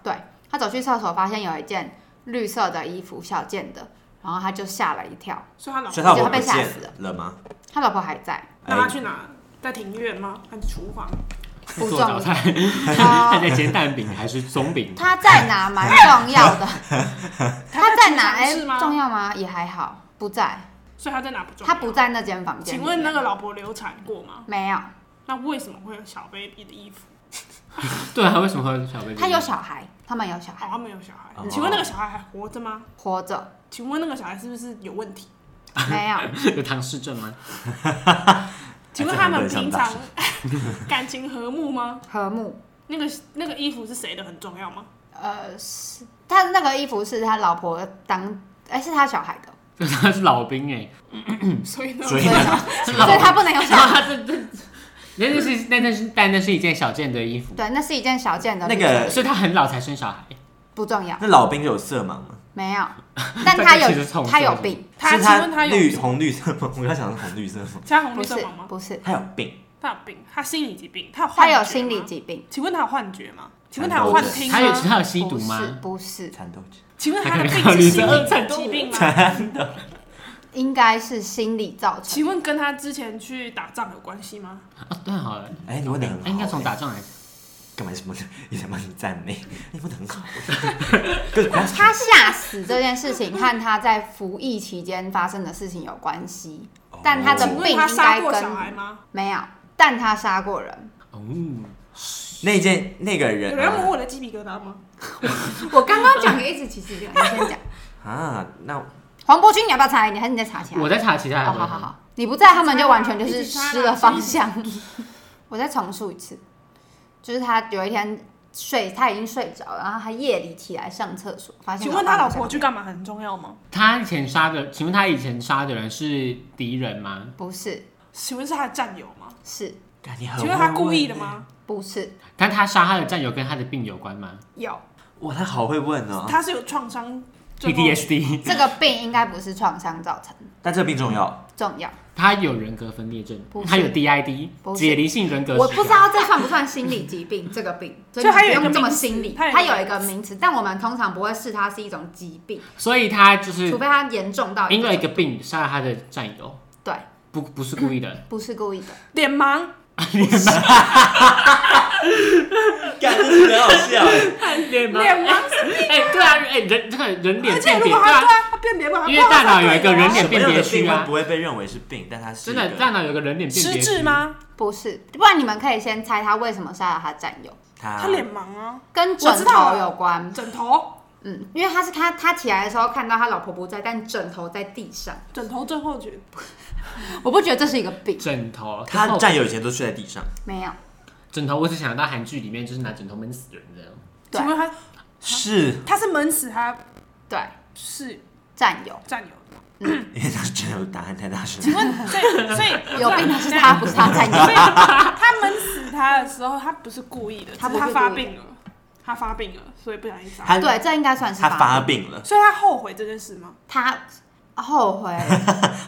他走去厕所发现有一件绿色的衣服，小件的，然后他就吓了一跳，
所以他老
所
婆
以他
就
我
他
不
被吓
见
死了
了吗？哎
他老婆还在，
那他去哪？在庭院吗？还是厨房？
不重
做早
要，
餐，他
他
在煎蛋饼还是松饼？
他在哪蛮重要的，他在哪
他在
哎
厨房是吗
重要吗？也还好，不在，
所以他在哪不重要。
他不在那间房间里
请
面。
问那个老婆流产过吗？
没有，
那为什么会有小 baby 的衣服？
对啊，为什么会有小 baby？
他有小孩，他们有小
哦，
孩
他们有小孩
哦。
请问那个小孩还活着吗？
活 着，
请问那个小孩是不是有问题？
没有。
有唐氏症吗？
请问他们平常
哎这
感情和睦吗？
和睦。
那个那个衣服是谁的很重要吗？
呃，是他那个衣服是他老婆当，哎、是他小孩的，
就是他是老兵哎、
所以呢，
所以
所以
呢
他
是
所以
老
他不能有
然
小
后他这这，那那是那那是但那是一件小件的衣服，
对，那是一件小件的
那
服装
个
所以他很老才生小孩，
不重要，
那老兵有色盲吗？
没 有，但他
这个其实是
有
红色
他有
的
病，
他
是
请问他
他绿
有
红绿色盲， 我要想是红绿色盲，
加红
不
绿色
是
盲吗？
不是，
他有病，
他有病，他心理疾病，他有
他
幻觉吗
有心理。疾病，
请问他有幻觉吗？请问他有幻听
他有
吗？
他有吸毒
不是
吗？
不是，
蚕豆子
请问他的
他可
病
能有
是
心
心
理
理疾 病吗？
蚕豆
应该是心理造成。
请问跟他之前去打仗有关系吗？
哦，对，好了，
哎，你问的很好，
哎应该从打仗来，
干嘛什么？ 一直在帮你赞美，你问的很好，就是不要
他吓死这件 事情和他在服役期间发生的事情有关系，但他的
请
病
问
应
他
该
杀过
跟
小孩吗？
没有，但他杀过人。
哦，
那件那个
有
人
人要摸
啊
我的鸡皮疙瘩吗？
我刚刚讲的一直起鸡皮疙瘩，你先讲。
啊，那
黄柏君，你要不要查一点？还是你在查其他？
我在查其他
哦，
的，
好好好，你不在，他们就完全就
一
是
起猜啦
失了方向。 我再重述一次，就是他有一天睡，他已经睡着，然后他夜里起来上厕所，发现
请问他
爸
老婆
爸在
去干嘛很重要吗？
他以前杀的，请问他以前杀的人是敌人吗？
不是
请问是他的战友吗？
是
干你很
请问他
会
故意的
问欸？
吗？
不是
但他杀他的战友跟他的病有关吗
有，
哇，他好会问哦，
他是有创伤症候群。
？PTSD，
这个病应该不是创伤造成，
但这个病重要，
重要。
他有人格分裂症
不，是
他有 DID，
不是
解离性人格，
我不知。道这算不算心理疾病，这个病，
就
所以你
它有
不
一个
用这么
名词
心理，
它有一
它
个
有一个名词，但我们通常不会视它是一种疾病，
所以他就是
除非它严重到一
因为一
个
个病杀了他的战友，
对，
不不是故意的，
不是故意的。
脸盲，
干这是很好 笑欸。
脸吗？
脸 盲，
哎，对啊，哎人这个人脸
而且
辨别，
如果
对
他对
啊，
啊，他变脸盲，他
因为
不好
大脑
才
有一个
对啊
人脸辨别
什么
区
样的病会
啊
不，会被认为是病，但他是
真
一
的
个
大脑有个人脸辨
失
别
智
区？
吗？
不是，不然你们可以先猜他为什么杀了他战友，
他
他脸盲啊，
跟
知道
枕头
了
有关。
枕头，
嗯，因为他是他他起来的时候看到他老婆不在，但枕头在地上，
枕头症候群，
我不觉得这是一个病，
枕头，可是
他
我
战友以前都睡在地上，
没有，
枕头，我只想到韩剧里面就是拿枕头闷死人这样。
对
请问他
是
他是闷死他
对，
是
战友
战友？
因为他战友答案太大声。
所以所以我知道
有病的是他，不是他战友。
所以他闷死他的时候，他不是故意的，
他
只
不
是
是
他发
故意的
病了，他发病了，所以不小心杀。
他
对，这应该算是
他发
病
病了，
所以他后悔这件事吗？
他后悔，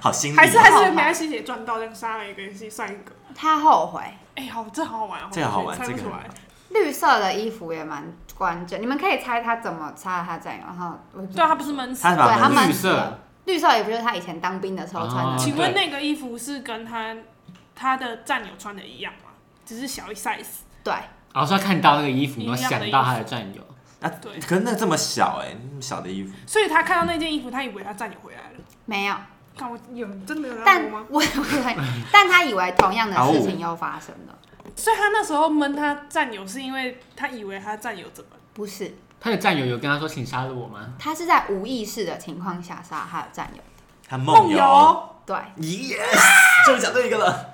好心
还
嗯
是
理
他
哦。
是没关系，也赚到，这样杀了一个也是算一个。
他后悔。
哎、好，这好好玩哦，
这个好玩
猜不
这个
出
很
来
好。
绿色的衣服也蛮关键，你们可以猜他怎么擦他战友，然后我也不知
对
道
啊，他不是闷死
他。是把
对他
门
们
绿色，
绿色也不就是他以前当兵的时候穿的，
哦
请问那个衣服是跟他他的战友穿的一样吗？只是小一 size。
对，
然后说哦看到那个衣服，
一
然
样
后
的
想到他的战友，
啊，
对
可是那这么小哎，那么小的衣服，
所以他看到那件衣服，他以为他战友回来了。
没有，
看我有真的有
但
人摸吗？
我 但他以为同样的事情又发生了，
所以他那时候闷他战友，是因为他以为他战友怎么了？
不是，
他的战友有跟他说请杀了我吗？
他是在无意识的情况下杀他的战友，
他梦游。
哦
对，
Yes，就讲对一个了，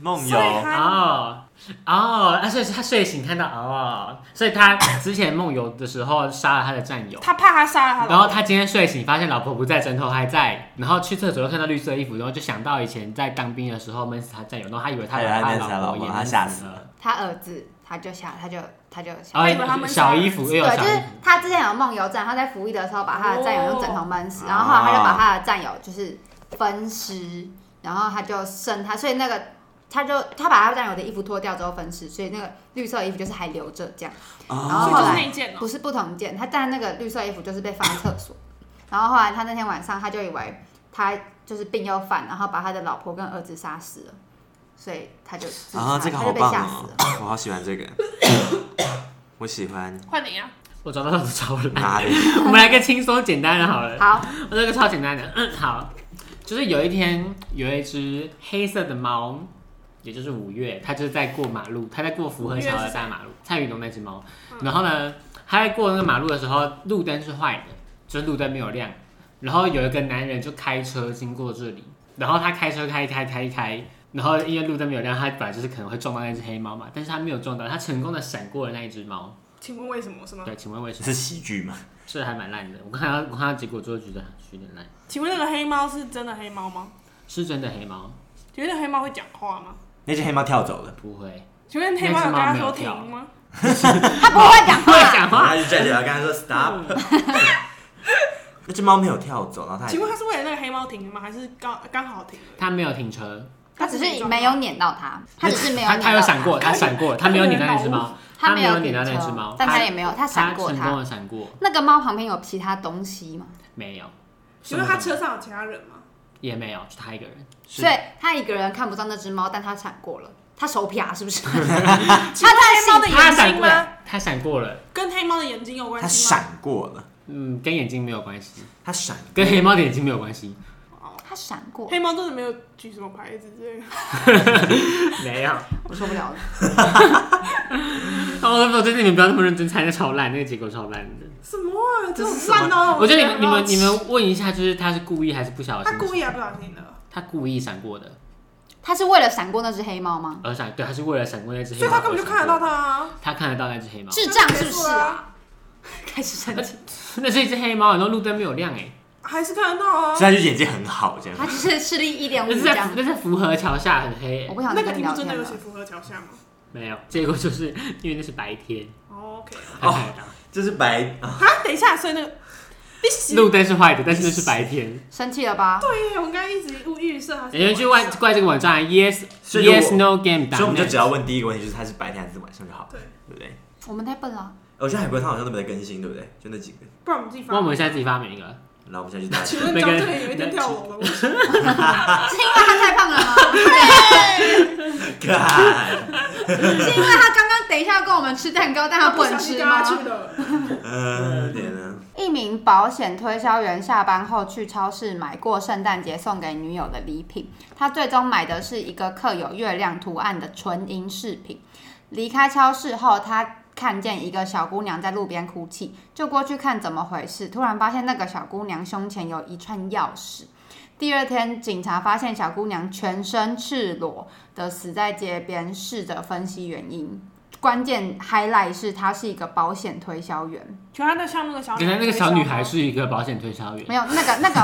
梦
所以
游。
他
哦哦，啊，所以他睡醒看到哦，所以他之前梦游的时候杀了他的战友，
他怕他杀了他
然
老
后
婆，
他今天睡醒发现老婆不在，枕头还在，然后去厕所又看到绿色衣服，然后就想到以前在当兵的时候闷死他战友，然后他以为他
哎呀
把
闷死他
老
老
婆
婆
也
他
闷
吓死
死
了
了，
他儿子，他就想，他就他就想。
然后
他以为他闷死
小
他
衣服又有
对，
小
就
衣
是
服，
他之前有梦游症，他在服役的时候把他的战友用枕头闷死，
哦
然后后来他就把他的战友就是分尸，然后他就剩他，所以那个他就他把他战友的衣服脱掉之后分尸，所以那个绿色衣服就是还留着这样，然
所
后
以就
后
是
来
那一件哦、
不是不同件，他但那个绿色衣服就是被放在厕所，然后后来他那天晚上他就以为他就是病又犯，然后把他的老婆跟儿子杀死了，所以他就自杀
啊，这个
他
好
就被
棒
吓死
哦
了。，
我好喜欢这个， 我喜欢。
换你啊！
我找到了，找了。
哪里？
我们来个轻松简单的好了。
好，
我这个超简单的，嗯，好，就是有一天有一只黑色的猫，也就是五月，它就是在过马路，它在过福和桥的大马路，蔡雨农那只猫。然后呢，它在过那个马路的时候，路灯是坏的，就是路灯没有亮。然后有一个男人就开车经过这里，然后他开车开一开开一开，然后因为路灯没有亮，他本来就是可能会撞到那只黑猫嘛，但是他没有撞到，他成功的闪过了那一只猫。
请问为什么是吗？
对，请问为什么？
是喜剧吗？
是还蛮烂的。我看到我看到结果之后觉得有点烂，
请问那个黑猫是真的黑猫吗？
是真的黑猫
请问那个黑猫会讲话吗？
那只黑猫跳走了，
不会，
请问黑猫有跟
那
他
只猫没
说
有跳
停吗？
它不会讲
不会
话，啊
讲话。
就站起来跟他说 stop。那只猫没有跳走，然后它
请
也
问他是为了那个黑猫停的吗？还是刚刚好停的？
他没有停车，
它只是没有撵到它，它只是没有
他
撵到
他有闪过，他闪过，他没有撵到那只
他没有
猫，
它
没
没有
撵到
停
那只
车
猫，，
但它
他
也没有，它闪过
成功
它。
的闪过，
那个猫旁边有其他东西吗？
没有，
请问他
什么
车上有其他人吗？
也没有，就他一个人。
是
所以它一个人看不到那只猫，但它闪过了，它手撇啊是不 是？
请问黑猫的
他
眼
闪
睛
过
吗？
了，他闪过了，
跟黑猫的眼睛有关
它
系吗？
闪过了，
嗯，跟眼睛没有关系，
它闪
跟黑猫的眼睛没有关系，
它闪过，
黑猫真的没有举什么牌子之类的。
没有。
我受不了了。
哦，我觉得你们不要那么认真猜，那超烂，那个结果超烂的。
什么啊？这种烂到
我觉得你们你
让我
们你们问一下，就是他是故意还是不小心？
他故意还不小心的，
他故意闪过的，
它是为了闪过那只黑猫 吗？
而闪对，他是为了闪过那只黑
所
猫，
以他根本就看得到
他，
他啊。
他看得到那只黑猫，
智障是不是
那就结束
啊？
啦？
开始生
而
气，
且那是一只黑猫，然后路灯没有亮哎、
还是看得到啊
所以？它就眼睛很好这样
它。只是视力一点五
那是
这
在
样。
那是福河桥下很黑、
我
欸，
不想
那
再
个
跟你
题
聊
目真的
天
有
了
写。符合桥下吗
没有，结果就是 因为那是白天，
哦？OK，
他看得到
这是白，啊
啊，等一下，所以那个第十
路灯是坏的，但是那是白天。
生气了吧？
对耶，我刚刚一直预设他是
你们去怪
晚上
怪这个网站啊 yes
所以如果
yes no game 打
所以我们就只要问第一个问题，就是它是白天还是晚上就好了，
对
对不对？
我们太笨了。
我觉得海龟汤好像都没在更新，对不对？就那几个，
不然我们自己
那
发
我。们现在自己发明一个，
然后我们下去 打。
请问张振宇有一天跳楼了吗？
是因为他太胖了吗？
干
是因为他刚刚等一下要跟我们吃蛋糕，但他不能
小心
吃
掉下
吗？
去的。
呃，点呢？
一名保险推销员下班后去超市买过圣诞节送给女友的礼品，他最终买的是一个刻有月亮图案的纯银饰品。离开超市后，他看见一个小姑娘在路边哭泣，就过去看怎么回事。突然发现那个小姑娘胸前有一串钥匙。第二天，警察发现小姑娘全身赤裸的死在街边，试着分析原因。关键 highlight 是她是一个保险推销员。
就他那像那个小，
原来那个小女孩是一个保险推销员
没。有那个那个，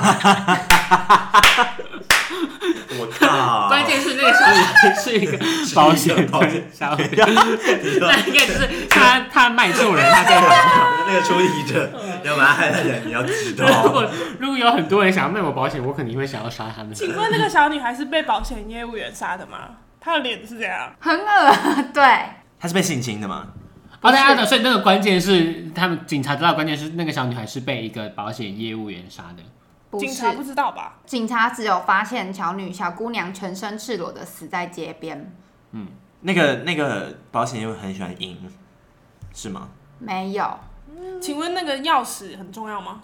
我靠！
关键是那个小女孩 是一个保险
保
推
险
销员，
你说
那应该就是他他卖救人，他在行。
那个出题 者要把它害在人，你要 知
如果
道。
如果有很多人想要卖我保险，我肯定会想要杀他们。啊
请问那个小女孩是被保险业务员杀的吗？她的脸是这样，
很恶，对，
他是被性侵的吗？
哦，大家懂，所以那个关键是他们警察知道，关键是那个小女孩是被一个保险业务员杀的。
不
警察不
是。
知道吧？
警察只有发现小女小姑娘全身赤裸的死在街边，
那个那个保险业务很喜欢赢，是吗？
没有
请问那个钥匙很重要吗？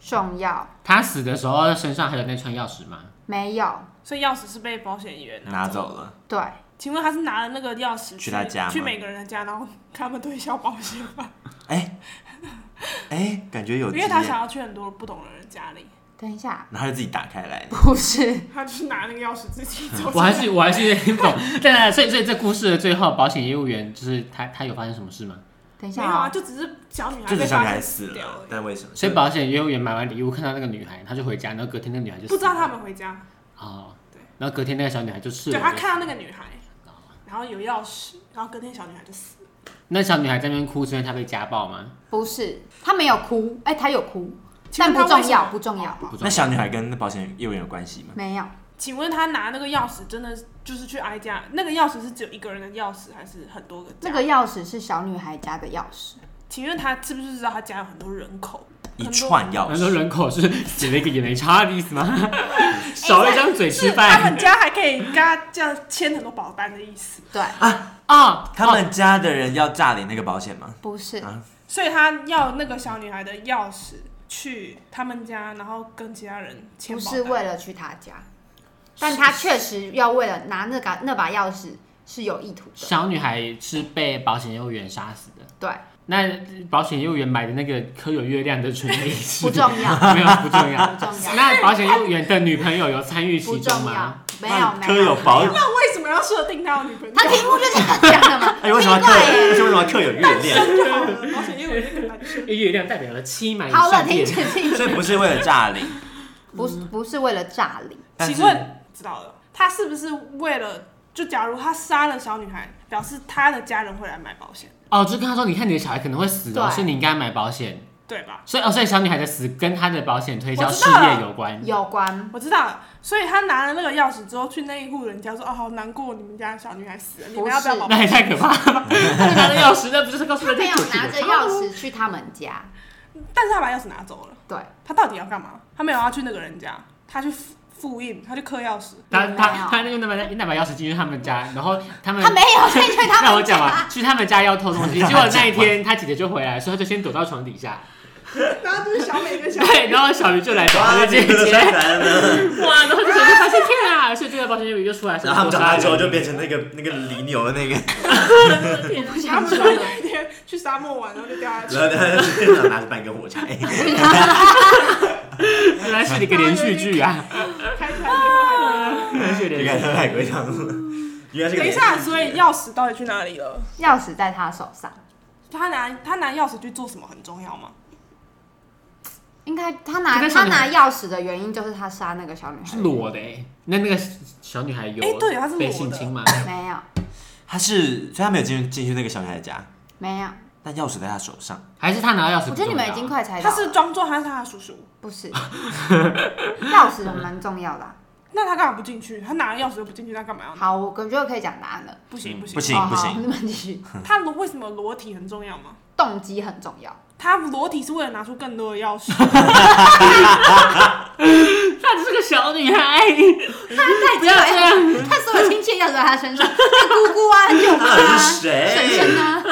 重要，
她死的时候身上还有那串钥匙吗？
没有
所以钥匙是被保险员啊
拿走了，
对，
请问他是拿了那个钥匙
去他家吗
去每个人的家，然后他们推销保险 吗？
哎，感觉有
因
经
为他
验，
想要去很多不同的人家里，
等一下，
然后就自己打开来。
不是，
他就是拿那个钥匙自己走。
我还是我还是有点不懂。 对啊，所以所以这故事的最后，保险业务员就是他他有发生什么事吗？
等一
没
下
有啊，
啊，
就只是小女孩
就
被
是小女
发
孩
现
死
掉
了，
而已，
但为什么？
所以保险业务员买完礼物，看到那个女孩，他就回家，然后隔天那个女孩就死
不知道
了
他们回家。
哦
对，
然后隔天那个小女孩就赤
对
裸
他
的，
看到那个女孩，然后有钥匙，然后隔天小女孩就死了。
那小女孩在那边哭，是因为她被家暴吗？
不是，她没有哭，哎、她有哭，
请
但
问
不
她
重
为什么哦
要，不重要，
不知
那
道。
小女孩跟那保险业务员有关系吗？
没有，
请问他拿那个钥匙，真的就是去挨家？那个钥匙是只有一个人的钥匙，还是很多个家？
那个钥匙是小女孩家的钥匙，
请问他是不是知道他家有很多人口？
一
很多
串钥
难道
匙，
人口是死了一个也没差的意思 吗？少了一张嘴吃
哎
他
饭
们家还可以跟他这样签很多保单的意思，
对，
啊？
他们家的人要诈领那个保险吗？
不
啊
是，
所以他要那个小女孩的钥匙去他们家，然后跟其他人签
不
保
是
单。
为了去她家，但她确实要为了拿那个那把钥匙是有意图的，
小女孩是被保险业务员杀死的。
对，
那保险业务员买的那个刻有月亮的唇印是
不重要，
没有不重要。
不重要。
那保险业务员的女朋友有参与
不
其中
重要
吗？，
没有
科
没
有
有。
保，
那为什么要设定他有女朋友？
他题目就这样讲的嘛
，哎，为什么
奇怪
科？为什么荣华刻有月亮，
就好了，保险业务那个男生。
月亮代表了七买以
好了，
上
停
店。
止停
所
止，
以不是为了诈领。
不是不是为了诈领，
但是
请问知道了，他是不是为了就假如他杀了小女孩，表示他的家人会来买保险，
哦，就跟他说，你看你的小孩可能会死哦，
对
所以你应该买保险。
对吧？
所以哦，所以小女孩的死跟她的保险推销
我
事
知道了
业有关。
有关
我知道了，所以他拿了那个钥匙之后，去那一户人家说：“哦，好难过，你们家的小女孩死了，你
不
们
是
要不要保
那也太可怕了 吧！她拿着钥匙，那不就是告诉
他
人
没
家
有
狗屁
拿
的
着钥匙去他们家，？”
但是他把钥匙拿走了，
对，
他到底要干嘛？他没有要去那个人家，他去复复印，他去刻钥匙。
他
没有
他他那个那把那把钥匙进去他们家，然后他们
哦他没 有进去他们家。
让我讲完，去他们家要偷东 西，
让
结
他
果那
讲
一天他姐姐就回来，所以他就先躲到床底下，
然后就是小美跟小
对，
美，
然后小鱼就来找他
哇，
的姐
这个
姐，
太难了。
哇，然后就小鱼发现天啊，所以这个保险业务就出来是
然后他们
谋
长
杀
大之后
人，
就变成那个那个犁牛的那个，
他们说有一天去沙漠玩，然后就掉下去。
然后他就身上拿着半根火柴。
哎原来是一个连续 剧啊，
开起来就
原来是
你看
连续剧。
他海龟汤了，原来是个
等一下，所以钥匙到底去哪里了？
钥匙在他手上，
他拿他拿钥匙去做什么很重要吗？
应该他
可
拿
是小
他
女
拿
孩
钥匙的原因就是他杀那个小女孩
是，裸的欸，那那个小女孩有
哎对她是裸的
被性侵吗？
没有
他是，所以他没有进进去那个小女孩的家，
没有，
但钥匙在他手上。
还是她拿到钥
我
匙不
觉
重要？
得你们已经快猜到
他
了，
是装作他是他的叔叔，
不是钥匙蛮重要的啊、
那他干嘛不进去？他拿了钥匙又不进去，他干嘛要拿？
好，我我觉得可以讲答案了。
不行不行
不行
哦
不
好
行
你们继续。
他裸为什么裸体很重要吗？
动机很重要，
他裸体是为了拿出更多的钥匙，
她只是个小女孩，
他在
不要这样。
他所有亲戚要都在他身上，他姑姑啊、舅妈
到底
啊、
是
婶
谁？
婶啊、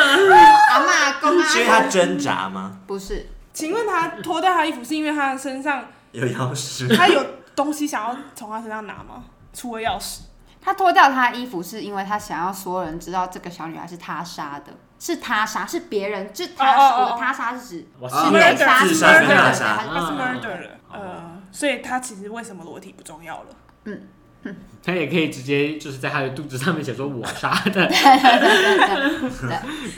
阿妈、阿公啊，
是因为他挣扎吗？
不是
请问他脱掉他衣服是因为他的身上
有钥匙。
他有东西想要从他身上拿吗？除了钥匙，
他脱掉他的衣服，是因为他想要所有人知道这个小女孩是他杀的，是他杀，是别人，是他
哦哦
我
哦
的他杀是指
我
啊
是人杀，
自
是
杀
人
跟他杀
对对对
他是
他是
murder 了，呃，所以他其实为什么裸体不重要了？
他也可以直接就是在他的肚子上面写说我杀的，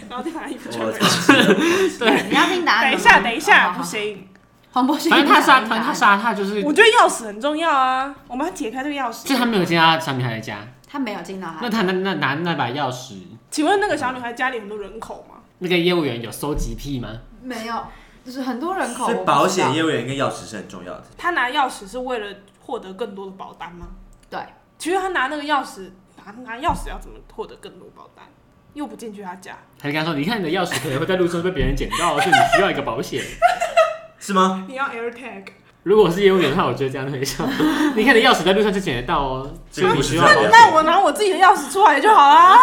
然后再拿衣服啊穿
我
回去。
操！
对，你要听答案
等
吗。
一下，等一下，
好
不，行，
好好黄博士，
反正他杀，
你讲
反正他，杀他就是，
啊我觉得钥匙很重要啊，我们要解开这个钥
就他
匙。
没有进到小女孩的家，
他没有进到
那
他，
他那那拿那把钥匙，
请问那个小女孩家里很多人口吗？
那个业务员有搜集癖吗？
没有，就是很多人口，
所以
我不知道
保险业务员跟钥匙是很重要的。
他拿钥匙是为了获得更多的保单吗？
对，
其实他拿那个钥匙，拿拿钥匙要怎么获得更多保单？又不进去他家，
他就跟他说：“你看你的钥匙可能会在路上被别人捡到，所以你需要一个保险。
是吗？
你要 AirTag，
如果我是业务员的话，我觉得这样很像。你看你的钥匙在路上就捡得到哦，
这个
所以你
故事
需要
真
保
的
险。
那我拿我自己的钥匙出来就好 啦。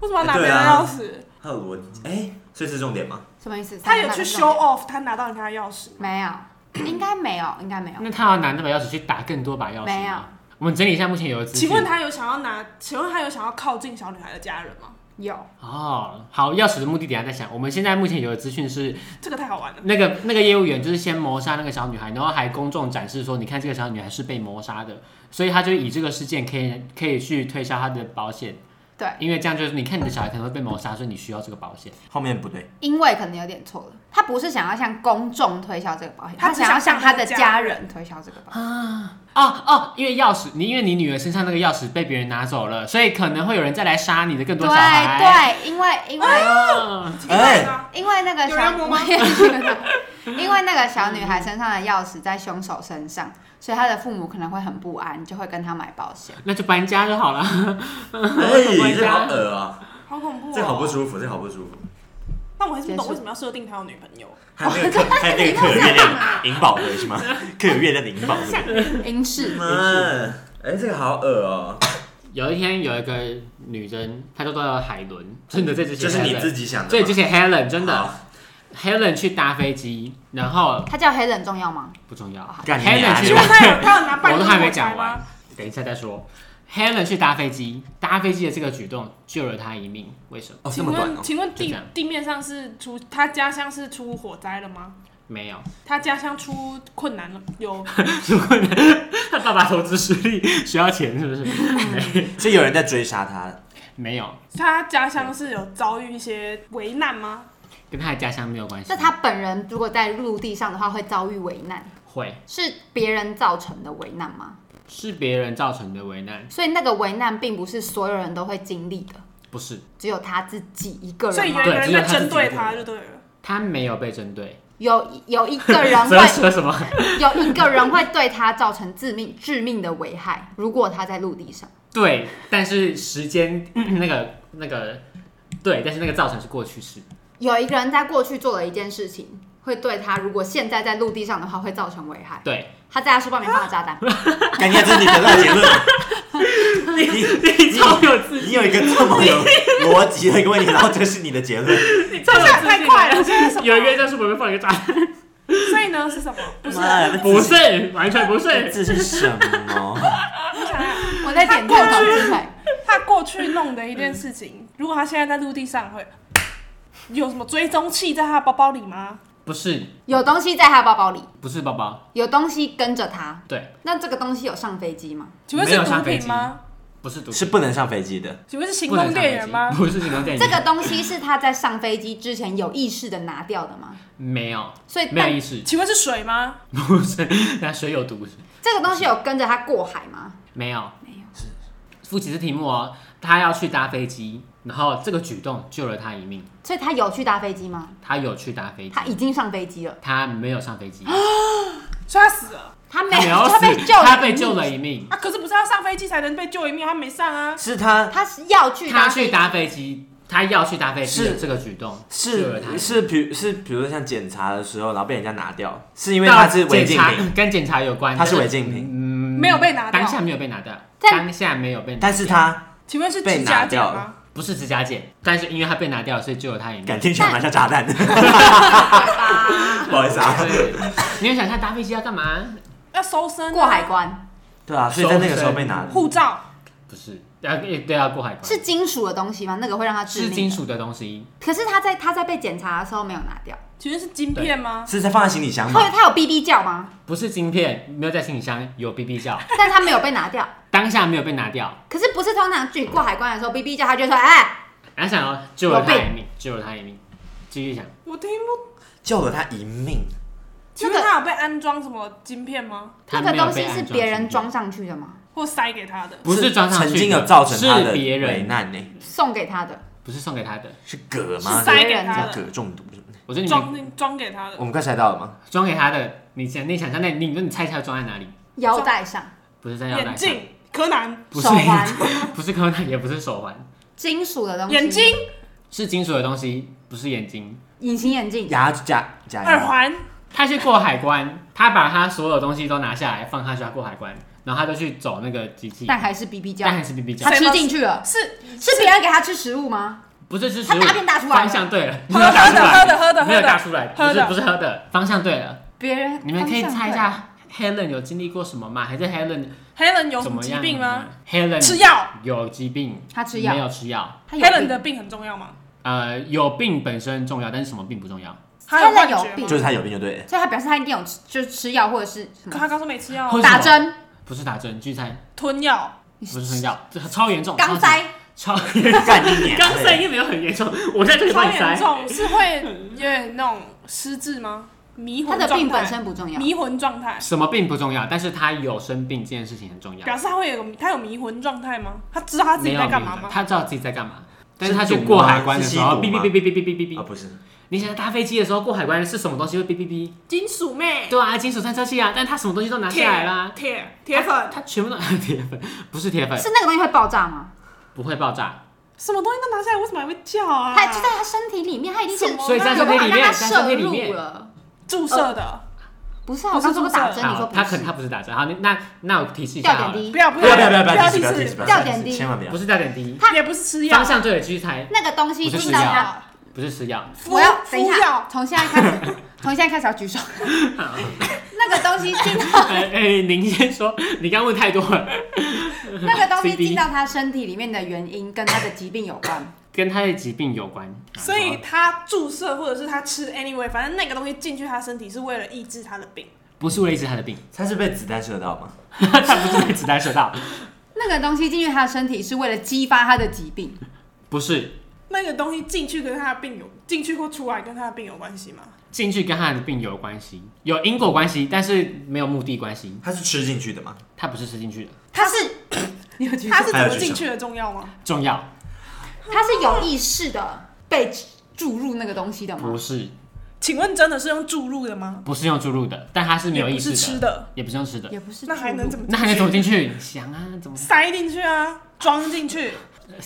为什么要拿别人的钥匙？
还有逻辑，哎、所以是重点吗？
什么意思？
他有去
三个
show off，他拿到人家的钥匙。
没有，应该没有，应该没有，
那他要拿那把钥匙去打更多把钥匙吗
没有。
我们整理一下目前有的资讯。
请问他有想要拿？请问他有想要靠近小女孩的家人吗？
有
哦，好，钥匙的目的等一下再想。我们现在目前有的资讯是，
这个太好玩了。
那个那个业务员就是先谋杀那个小女孩，然后还公众展示说，你看这个小女孩是被谋杀的，所以他就以这个事件可以可以去推销他的保险。
对，
因为这样就是你看你的小孩可能会被谋杀，所以你需要这个保险。
后面不对，
因为可能有点错了，他不是想要向公众推销这个保险，
他
他
只
想要向他的
想向
家人推销这个保险。
哦哦，因为钥匙，你因为你女儿身上那个钥匙被别人拿走了，所以可能会有人再来杀你的更多
对
小孩。
对，因为因为、
哎
对，
奇怪呢？
因为那个
有人
小
摸吗
因为那个小女孩身上的钥匙在凶手身上，所以她的父母可能会很不安，就会跟她买保险。
那就搬家就好了。
哎、这好恶啊、
好恐怖、哦！
这好不舒服，这好不舒服。
那我还是不
结
懂
束
为什么要设定他有女 朋友。
哦
还有那个刻，还有那个刻有月亮银宝盒 是吗？刻有月亮的嗯银宝盒。
英式
妈，哎、这个好恶哦、
有一天有一个女生，她叫做海伦，真的在这些
这是你
Helen
自己想的
对，
吗
就？是 Helen，真的
好。
Helen 去搭飞机，然后
她叫黑人重要吗？
不重要。
干你娘
Helen 去
请问
搭，
他有他有拿半
我
个
都还没讲
吗
完？，等一下再说。Helen 去搭飞机，搭飞机的这个举动救了她一命，为什么？
哦，这
请
么短
问
哦、
请问
就
地
这样
地面上是出他家乡是出火灾了吗？
没 有，
他家乡出困难了？有
他爸爸投资失利，需要钱是不是？
所以有人在追杀他，
没有，
所以他家乡是有遭遇一些危难吗？
跟他的家乡没有关系。
那他本人如果在陆地上的话，会遭遇危难，
会
是别人造成的危难吗？
是别人造成的危难，
所以那个危难并不是所有人都会经历的，
不是
只有他自己一个
所以
人
有
吗
一个人在
对只有他自己
针对
觉得
他就对了。
他没有被针对。
有有一个人
所以
会
说什么？
有一个人会对他造成致命致命的危害，如果他在陆地上。
对，但是时间嗯那个那个，对，但是那个造成是过去式，
有一个人在过去做了一件事情，会对他如果现在在陆地上的话会造成危害。
对，
他在他书包里面放了炸 弹，
感觉这是你得到的结论。你
你超有自
你有一个这么有逻辑的一个问题，然后这是你的结论，
信，
这
超有自
下
信。
太快了，这是什么？
有一个在书本里面放了一个炸弹，
所以呢是什么？不是，
妈的，
不是，完全不
这这
是，
是什 么？
我想想，
我在点跳稿之类。
他过去弄的一件事情，如果他现在在陆地上会有什么追踪器在他的包包里吗？
不是，
有东西在他包包里，
不是包包，
有东西跟着他。
对，
那这个东西有上飞机吗？
请问
没
是
有
毒
上飞
品
机
吗？
不是毒品，
是不能上飞机的，
请问是行
不能
动
上
电
飞
源
机
吗？
不是行动电源，
这个东西是他在上飞机之前有意识的拿掉的吗？
没有，
所以
没有
但
意识，
请问是水吗？
不是，那水有毒，
这个东西有跟着他过海吗？
没有，
没有。
复习是题目哦，他要去搭飞机，然后这个举动救了他一命，
所以他有去搭飞机吗？
他有去搭飞机
他，已经上飞机了，
他没有上飞机，
所以他死了
他没
他没有
他被
死，
救了，
他被救了。一命，
啊！可是不是要上飞机才能被救一命，他没上啊！
是他
他是要去搭
他
飞
去搭飞机，他要去搭飞机
是
的这个举动救了他一
是是，
命。
比如是比如说像检查的时候，然后被人家拿掉，是因为
到
他是违禁
检查嗯
品，
跟检查有关，
他是
但
违禁品，
没有被拿掉
当下没有被拿掉，
但
当下没有被拿掉，
但是他
嗯
请问是
被
指
拿
甲剪
掉
吗？
不是指甲剪，但是因为他被拿掉，所以救了他一命
敢。听想拿下炸弹，不好意思啊。
对，你有想看搭飞机要干嘛？
要搜身 啊、
过海关，
对啊，所以在那个时候被拿，
护照，
不是，要对要过海关，
是金属的东西吗？那个会让他致
是
命。
金。属的东西，
可是他在他在被检查的时候没有拿掉，
请问是晶片吗？
是在放在行李箱
后来
吗？
他有哔哔叫吗？
不是晶片，没有在行李箱，有 BB 叫，
但他没有被拿掉。
当下没有被拿掉。
可是不是通常去过海关的时候，哔哔叫他就说，哎、
然后想要救了他
有病
一命，救了他一命，继续想，
我听不。
救了他一命，
请问他有被安装什么晶片吗？
他
那
没
个
有
东
被
西
安
是
进
别人
去
装上去的吗？
或塞给他的？
不是装上去的
曾经有造成他的
是别人
危难呢，
送给他的，
不是送给他的。
是铬
是
吗？
塞给他
叫铬
的，
中毒什么的？
我说你们
装进装给他的
我。们快猜到了吗？
装给他的，你想你想象那，你说你猜一下装在哪里？
腰带上、
不是在腰带
眼
上，
镜，柯南，
不是
手环、
不是口袋，也不是手环，
金属的东西、
眼睛、、
是金属的东西，不是眼睛。
隐形眼镜、
牙假假牙
耳环，
他去过海关，他把他所有东西都拿下来放上去，他过海关，然后他就去走那个机器，
但还是哔哔叫
但，还是 B B
他
酱，
吃进去了，
是
是别人给他吃食物吗？
不是吃食
他
物，
大便大出来
方
了，
向对了，
喝
没有打出来
喝的喝的喝的
没有打出来，不
喝
是
的
不是喝的，方向对了。
别人
你们可以
方向
猜一
对。
下 Helen 有经历过什么吗？还是 Helen
黑人有什
怎
么
么
疾
样
病吗？
？Helen
吃药，
有疾病，
他吃药
没有吃药。
他
黑
有病
人的病很重要吗？
呃，有病本身重要，但是什么病不重要？
他有幻
黑人有
觉
病
吗？
就是他有病就对了。
所以他表示他一定有吃，就是吃药或者是什
可
么
他刚说没吃药啊，
或为者什么
打针、
不是打针，聚餐
吞药，
不是吃药，这超严重。
肛塞，
超级，超
干你娘！
肛塞又没有很严重，我在这里
超
帮你
严
塞。
重，是会有点那种失智吗？迷
他
哦
魂
的病
状
本
态，
身不重要。
迷魂状态，
什么病不重要，但是他有生病这件事情很重要。
表示他会有他有迷魂状态吗？他知道他自
没
己
有
在干嘛
没有
吗？
他知道自己在干嘛，但
是
是他去
赌吗
过海关的时候，
是
哔
吸毒
哔
吗
哔哔哔哔哔
啊，
哔哔。
不是，
你想搭飞机的时候过海关是什么东西会哔哔哔？
金属妹，
对啊，金属探测器啊，但他什么东西都拿下来啦。
铁铁粉，
他全部都 铁粉，不是铁粉，
是那个东西会爆炸吗？
不会爆炸。
什么东西都拿下来，为什么还会叫啊？
他就在他身体里面，他已经是
什么
所以在
有
身体
办法
里
让
面，
他
在身
摄
体里面
入。了。
注射的，
不是啊，
不
我
是
刚说过打针，你说不
好，啊他可能
是
他不是打针。好，那那那我提示一下
掉
好
点
了，
滴
不，要
不
不
要不要
要
不要不要提示不
提
要提
示
示，不
掉
要提
点
示
滴
千万不要
不。是掉点滴，
他
也不是吃药
方，向对了，继续猜，
那个东西
不是
进到
吃药
他。
不是吃药，
敷
我要等一
敷
下
药，，
从现在开始， 从现在开始要举 手。那个东西进到
哎哎，您先说，你刚问太多了，
那个东西
CD
进到他身体里面的原因跟他的疾病有关。
跟他的疾病有关，啊
所以他注射或者是他吃，anyway，反正那个东西进去他身体是为了抑制他的病。
不是为了治他的病，
他是被子弹射到吗？
他不是被子弹射到，
那那个东西进入他的身体是为了激发他的疾病，
不是
那个东西进去跟他的病有进去或出来跟他的病有关系吗？
进去跟他的病有关系，有因果关系，但是没有目的关系。
它是吃进去的吗？
他不是吃进去的，
他是 你有觉
他
得
是怎么进去的重要吗？
重要
他是有意识的被注入那个东西的吗
不？是
请问真的是用注入的吗？
不是用注入的，但他是没
也
有
不
意识
是
的，
吃的，
也不是用吃的，
也不是注入，
那还能怎么？
那还能走进去？想啊，怎么
塞进去啊，装进去。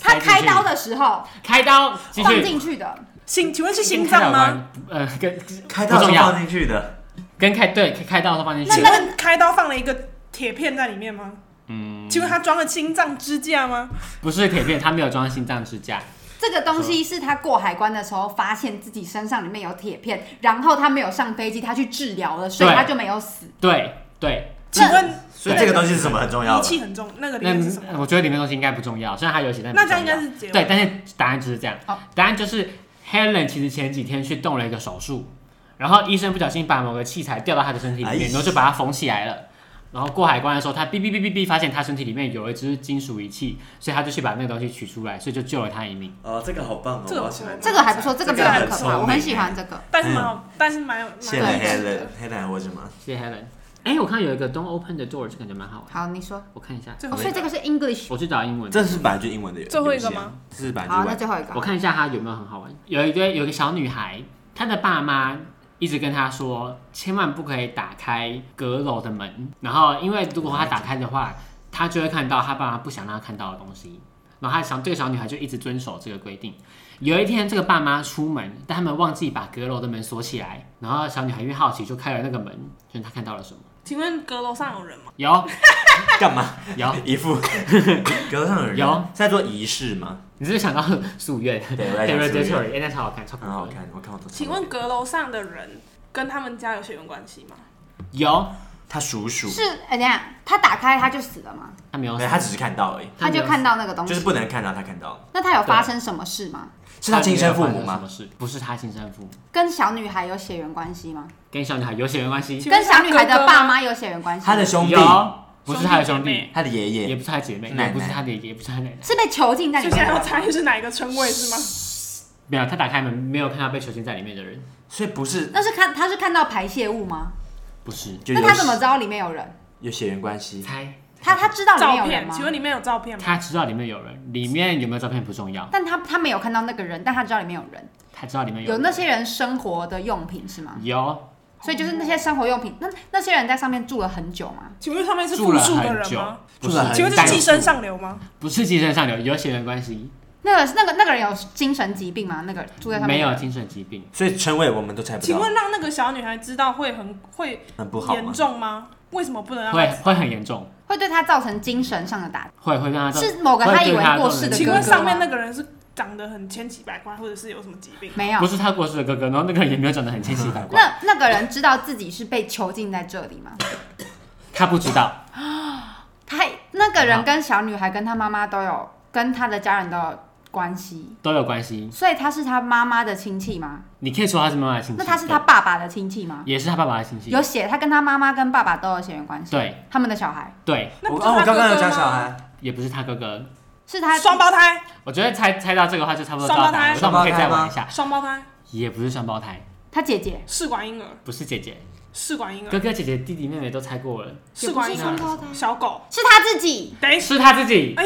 他开刀
的？
的时候
开刀进
放
去
进去的，
心，请问是心
跟开刀
脏
有
吗？
关？呃，跟
开到
不重
是
要
放进去的，
跟开对开刀的时候放进
请
去，
问开刀放了一个铁片在里面吗？
嗯，
请问他装了心脏支架吗？
不是铁片，他没有装心脏支架，
这个东西是他过海关的时候发现自己身上里面有铁片，然后他没有上飞机，他去治疗了，所以
对
他就没有死。
对对，
请问
所以这个东西是什么很重要
仪
的？
器很重，那个里
那
面是什么？
我觉得里面东西应该不重要，虽然它有写，但
那
不
这样应
重要
该是结
对
尾，，
但是答案就是这样
好。
答案就是 Helen 其实前几天去动了一个手术，然后医生不小心把某个器材掉到她的身体里
哎
面，然后就把它缝起来了。然后过海关的时候，他哔哔哔哔哔，发现他身体里面有一只金属仪器，所以他就去把那个东西取出来，所以就救了他一命。
哦，这个好棒哦，
这个
我要起来买。
这个还不错，这个没有很可
这个
怕，
很
我很喜欢这个。
但是蛮好，但是蛮有蛮
谢
有
了
对
Helen Helen 或者吗？
谢谢 Helen。哎，我看有一个 Don't Open the Door，这感觉蛮好玩，
好，你说，
我看一下。
最
哦、
后
所以这个是 English。
我去找英文，
这是本来就英文的游戏啊，
最后一个吗
这是本来
好，
就
那
外
最后一个
我，看一下她有没有很好玩。有一个有一个小女孩，她的爸妈一直跟她说，千万不可以打开阁楼的门，然后因为如果她打开的话，她就会看到她爸妈不想让她看到的东西。然后她想，这个小女孩就一直遵守这个规定。有一天，这个爸妈出门，但他们忘记把阁楼的门锁起来。然后小女孩因为好奇，就开了那个门，就是她看到了什么？
请问阁楼上有人吗？
有
干嘛？
有，
一 副隔上有人
有
是在做仪式吗？
你是不是想到夙愿？
对我在想
r
夙
e
愿
d 哎，那超好看，超
很好看，我看我都。
请问阁楼上的人跟他们家有血缘关系吗？
有，
他叔叔，
是哎等一下他打开他就死了吗？
他没有死
对，，他只是看到而已，
他就看到那个东
就
西，
是不能看到他看到，
那他有发生什么事吗？
是他亲生父母
没有发生
吗？
什么事？不是他亲生父母，
跟小女孩有血缘关系吗？
跟小女孩有血缘关系。
请
跟
问
小女孩
他哥
的
哥
爸
吗
妈有血缘关系吗？
他的兄弟，
有，不是他的兄
兄弟
弟
姐妹，
他的爷
也
爷，
不是他的姐妹，
奶奶
也不是他的，也不是他的奶奶。
是被囚禁在里
就现
面
在要
的。
猜是哪一个称谓是吗？
没有，他打开门没有看到被囚禁在里面的人，
所以不是
那是看他是看到排泄物吗？
不是。
就有
那他怎么知道里面有人？
有血缘关系？
猜
他他知道里面
照
有人
片，
吗？
请问里面有照片吗？
他知道里面有人，里面有没有照片不重要，
但他他没有看到那个人，但他知道里面有人，
他知道里面
有
人
那些人生活的用品是吗？
有
所以就是那些生活用品，那那些人在上面住了很久吗？
请问上面是
住
复
了
数的
很
人
久
吗？，
不
住了很久
请问
单
是
数
寄生上流吗？
不是寄生上流，有血缘关系，
那个那个那个人有精神疾病吗？那个住在上面
没有精神疾病，
所以称谓我们都猜不
请
到，
问让那个小女孩知道会很会
很不好
严
吗？
重吗？为什么不能让她
会会很严重，
会对他造成精神上的打击，
会会让他造
是某个他以为过世的
请
哥哥吗
问上面那个人是长得很千奇百怪，或者是有什么疾病？
没有
不？是他过世的哥哥，然后那个人也没有长得很千 奇百怪，
那那个人知道自己是被囚禁在这里吗？
他不知道，
他那个人跟小女孩跟他妈妈都有跟他的家人都有关系，
都有关系。
所以他是他妈妈的亲戚吗？
你可以说他是妈妈的亲戚，
那他是他
对
爸爸的亲戚吗？
也是他爸爸的亲戚，
有写他跟他妈妈跟爸爸都有血缘关系，
对
他们的小孩
对，
那
我
不是
哦，我
他哥
刚刚有
哥
讲小
吗？
孩，
也不是他哥哥，
是他
双胞胎，
我觉得猜猜到这个话就差不多
双
到
胞
答案，
胎
那我们可以再
双胞胎
玩
吗
一下。
双胞胎，
也不是双胞胎，
他姐姐，
试管婴儿，
不是姐姐，
试管婴
哥
儿，
哥姐姐弟弟妹妹都猜过了，
试管
也不
婴
是双
儿，
胞胎，
小狗。
是他自己。
等一下，
是他自己。
哎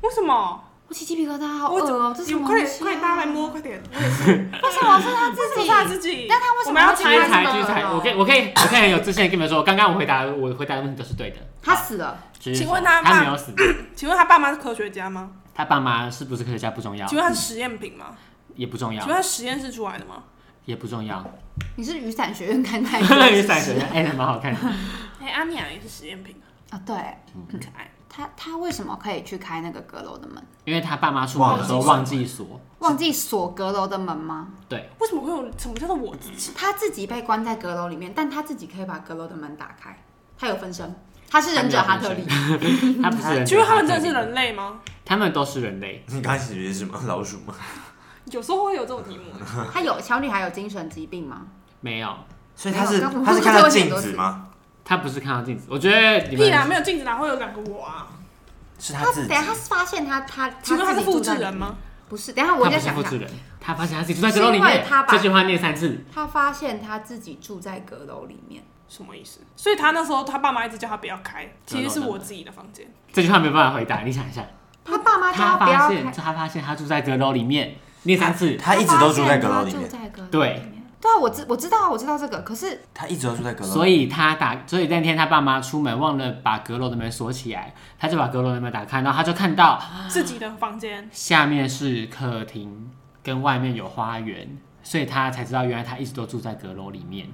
为什么？
我起鸡皮疙瘩，好
我
恶哦、这是什
你们
么
快
东
点，
西、
快
啊？
点，大家来摸，快点！
为什么是他自
是
己？
他自己，
但他为什么
我们要
要
继
猜
续
他
猜，
这
继续
个
猜，
人
哦
我可以，我可以，我可以很有自信地跟你们说，刚刚我回答，我回答的问题都是对的。
他死了，
就是
请问他爸
他没有死，
请问他爸妈是科学家吗？
他爸妈是不是科学家不重要
请，问他是实验品吗？
也不重
请
要
问，他实验室出来的吗？
也不重要。
你是雨伞学院看太多了
雨伞学院，哎，还蛮好看的。
哎，阿尼亚也是实验品，
啊？对
嗯
很可爱。
他，他为什么可以去开那个阁楼的门？
因为他爸妈出门的时候忘记锁，
忘记锁阁楼的门吗？
对，
为什么会有什么叫做我自己？
他自己被关在阁楼里面，但他自己可以把阁楼的门打开，他有分身，他是忍者哈特利。
他不是人。
请问他们真的是，人类吗？
他们都是人类。
你刚才以为是什么老鼠吗？
有时候会有这种题目。
他有小女孩有精神疾病吗？
没有，
所以他是
没有刚
他是看
我
到
们
镜
刚才
子吗？
他不是看到镜子。我觉得你
屁啦，
们
没有镜子哪会有两个我啊？
是
他
他自
等
己
下，他发现他他
请问他
自
是
己
复
住在
制
里
人
面？
吗？
不是，等一下我
他
再
不是
想
复
想
制。人，他发现他自己住在阁楼
是
里
因为
面
他，把
这句话念三次。
他发现他自己住在阁楼里面，
嗯
什么意思？所以他那时候他爸妈一直叫他不要开，其实是
等等
我自己的房间。
这句话没办法回答，你想一下，
他爸妈叫
他
不
发
要
现
开，
他发现他住在阁楼里面，念三次，
他一直都住在阁楼
他发
里
现
面，
他住在阁楼里面
对。
对啊，我知我知道我知道这个，可是
他一直都住在阁楼里面。
所以他打，所以那天他爸妈出门忘了把阁楼的门锁起来，他就把阁楼的门打开，然后他就看到
自己的房间，
下面是客厅，跟外面有花园，所以他才知道原来他一直都住在阁楼里面，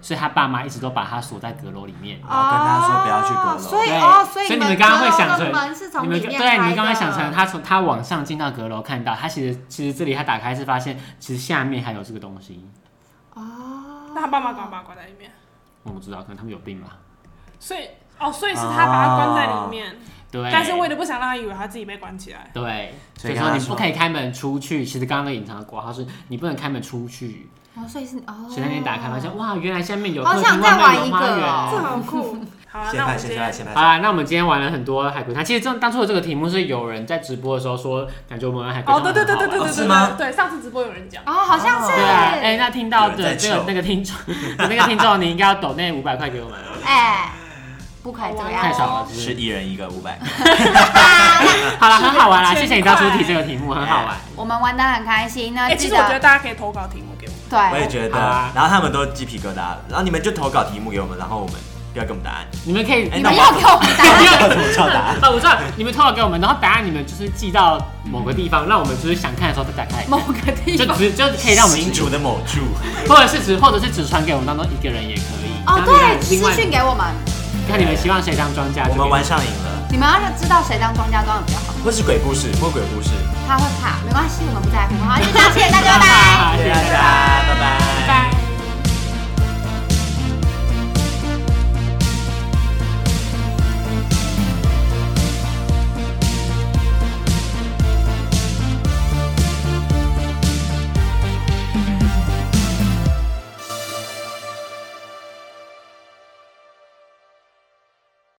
所以他爸妈一直都把他锁在阁楼里面。
然哦后跟他说不要去阁
哦所
楼。
以
对
哦，所
所以
你
你们刚刚会
阁楼
想
的
成
门是从
你们
里面
对，你
开
们刚刚
的
想成他从他往上进到阁楼，看到他其实其实这里他打开是发现，其实下面还有这个东西，
哦，
那他爸妈干嘛把他关在里面？
我不知道，可能他们有病吧。
所以哦，所以是
啊
他把他关在里面，
哎
对，
但是为了不想让他以为他自己被关起来，
对，
所
所
以跟
以说
他
你
说
不可以开门出去。其实刚刚那个隐藏的括号是你不能开门出去，
哦，所以是哦，
所以那天打开发现哇，原来下面有
好
客
想
厅，
再
外面
玩
有
一
花
个
园。
哦
这哦好酷。 好了，
先
那我
拍，
们
先
今
拍，
天
先
好
拍。
啦，那我们今天玩了很多海龟汤。其实这当初的这个题目是有人在直播的时候说，感觉我们玩海龟
哦，
汤
对
很
对对
好
对
玩
对对
是
对
吗
对，对上次直播有人讲，
哦，好像是
对啊，哎、那听到
有人在
的这个
秀
那个听众，那个听众，你应该要抖那五百块给我们，
哎，不可以这样
太少了，是不
是
是？
一人一个五百，
好了，很好玩啦，
1000
谢谢你当初提这个题目，很好玩。
我们玩的很开心，那
哎，
记
其实我觉得
得
大家可以投稿题目给我们，
对，
我也觉得
好啊。
然后他们都鸡皮疙瘩了，然后你们就投稿题目给我们，然后我们不要给我们答案。
你们可以，
哎
你
那
们
我
要给我们答案。
要怎么知道 答案？
啊，我知道你们投稿给我们，然后答案你们就是寄到某个地方，让我们就是想看的时候再打开，
某个地
就
方。
只就可以哎让我们
新
指
竹，的某处，
或者是只或者是只传给我们当中一个人也可以。
哦，
然后
对，
另外
私讯给我们，
看你们希望谁当庄家，
我
就可
们
以
玩上瘾了，
你们要知道谁当庄家庄的比较好，
或是鬼故事，或鬼故事。
他会怕，没关系，我们不在乎。好，就这样，谢谢大家，拜拜。
哎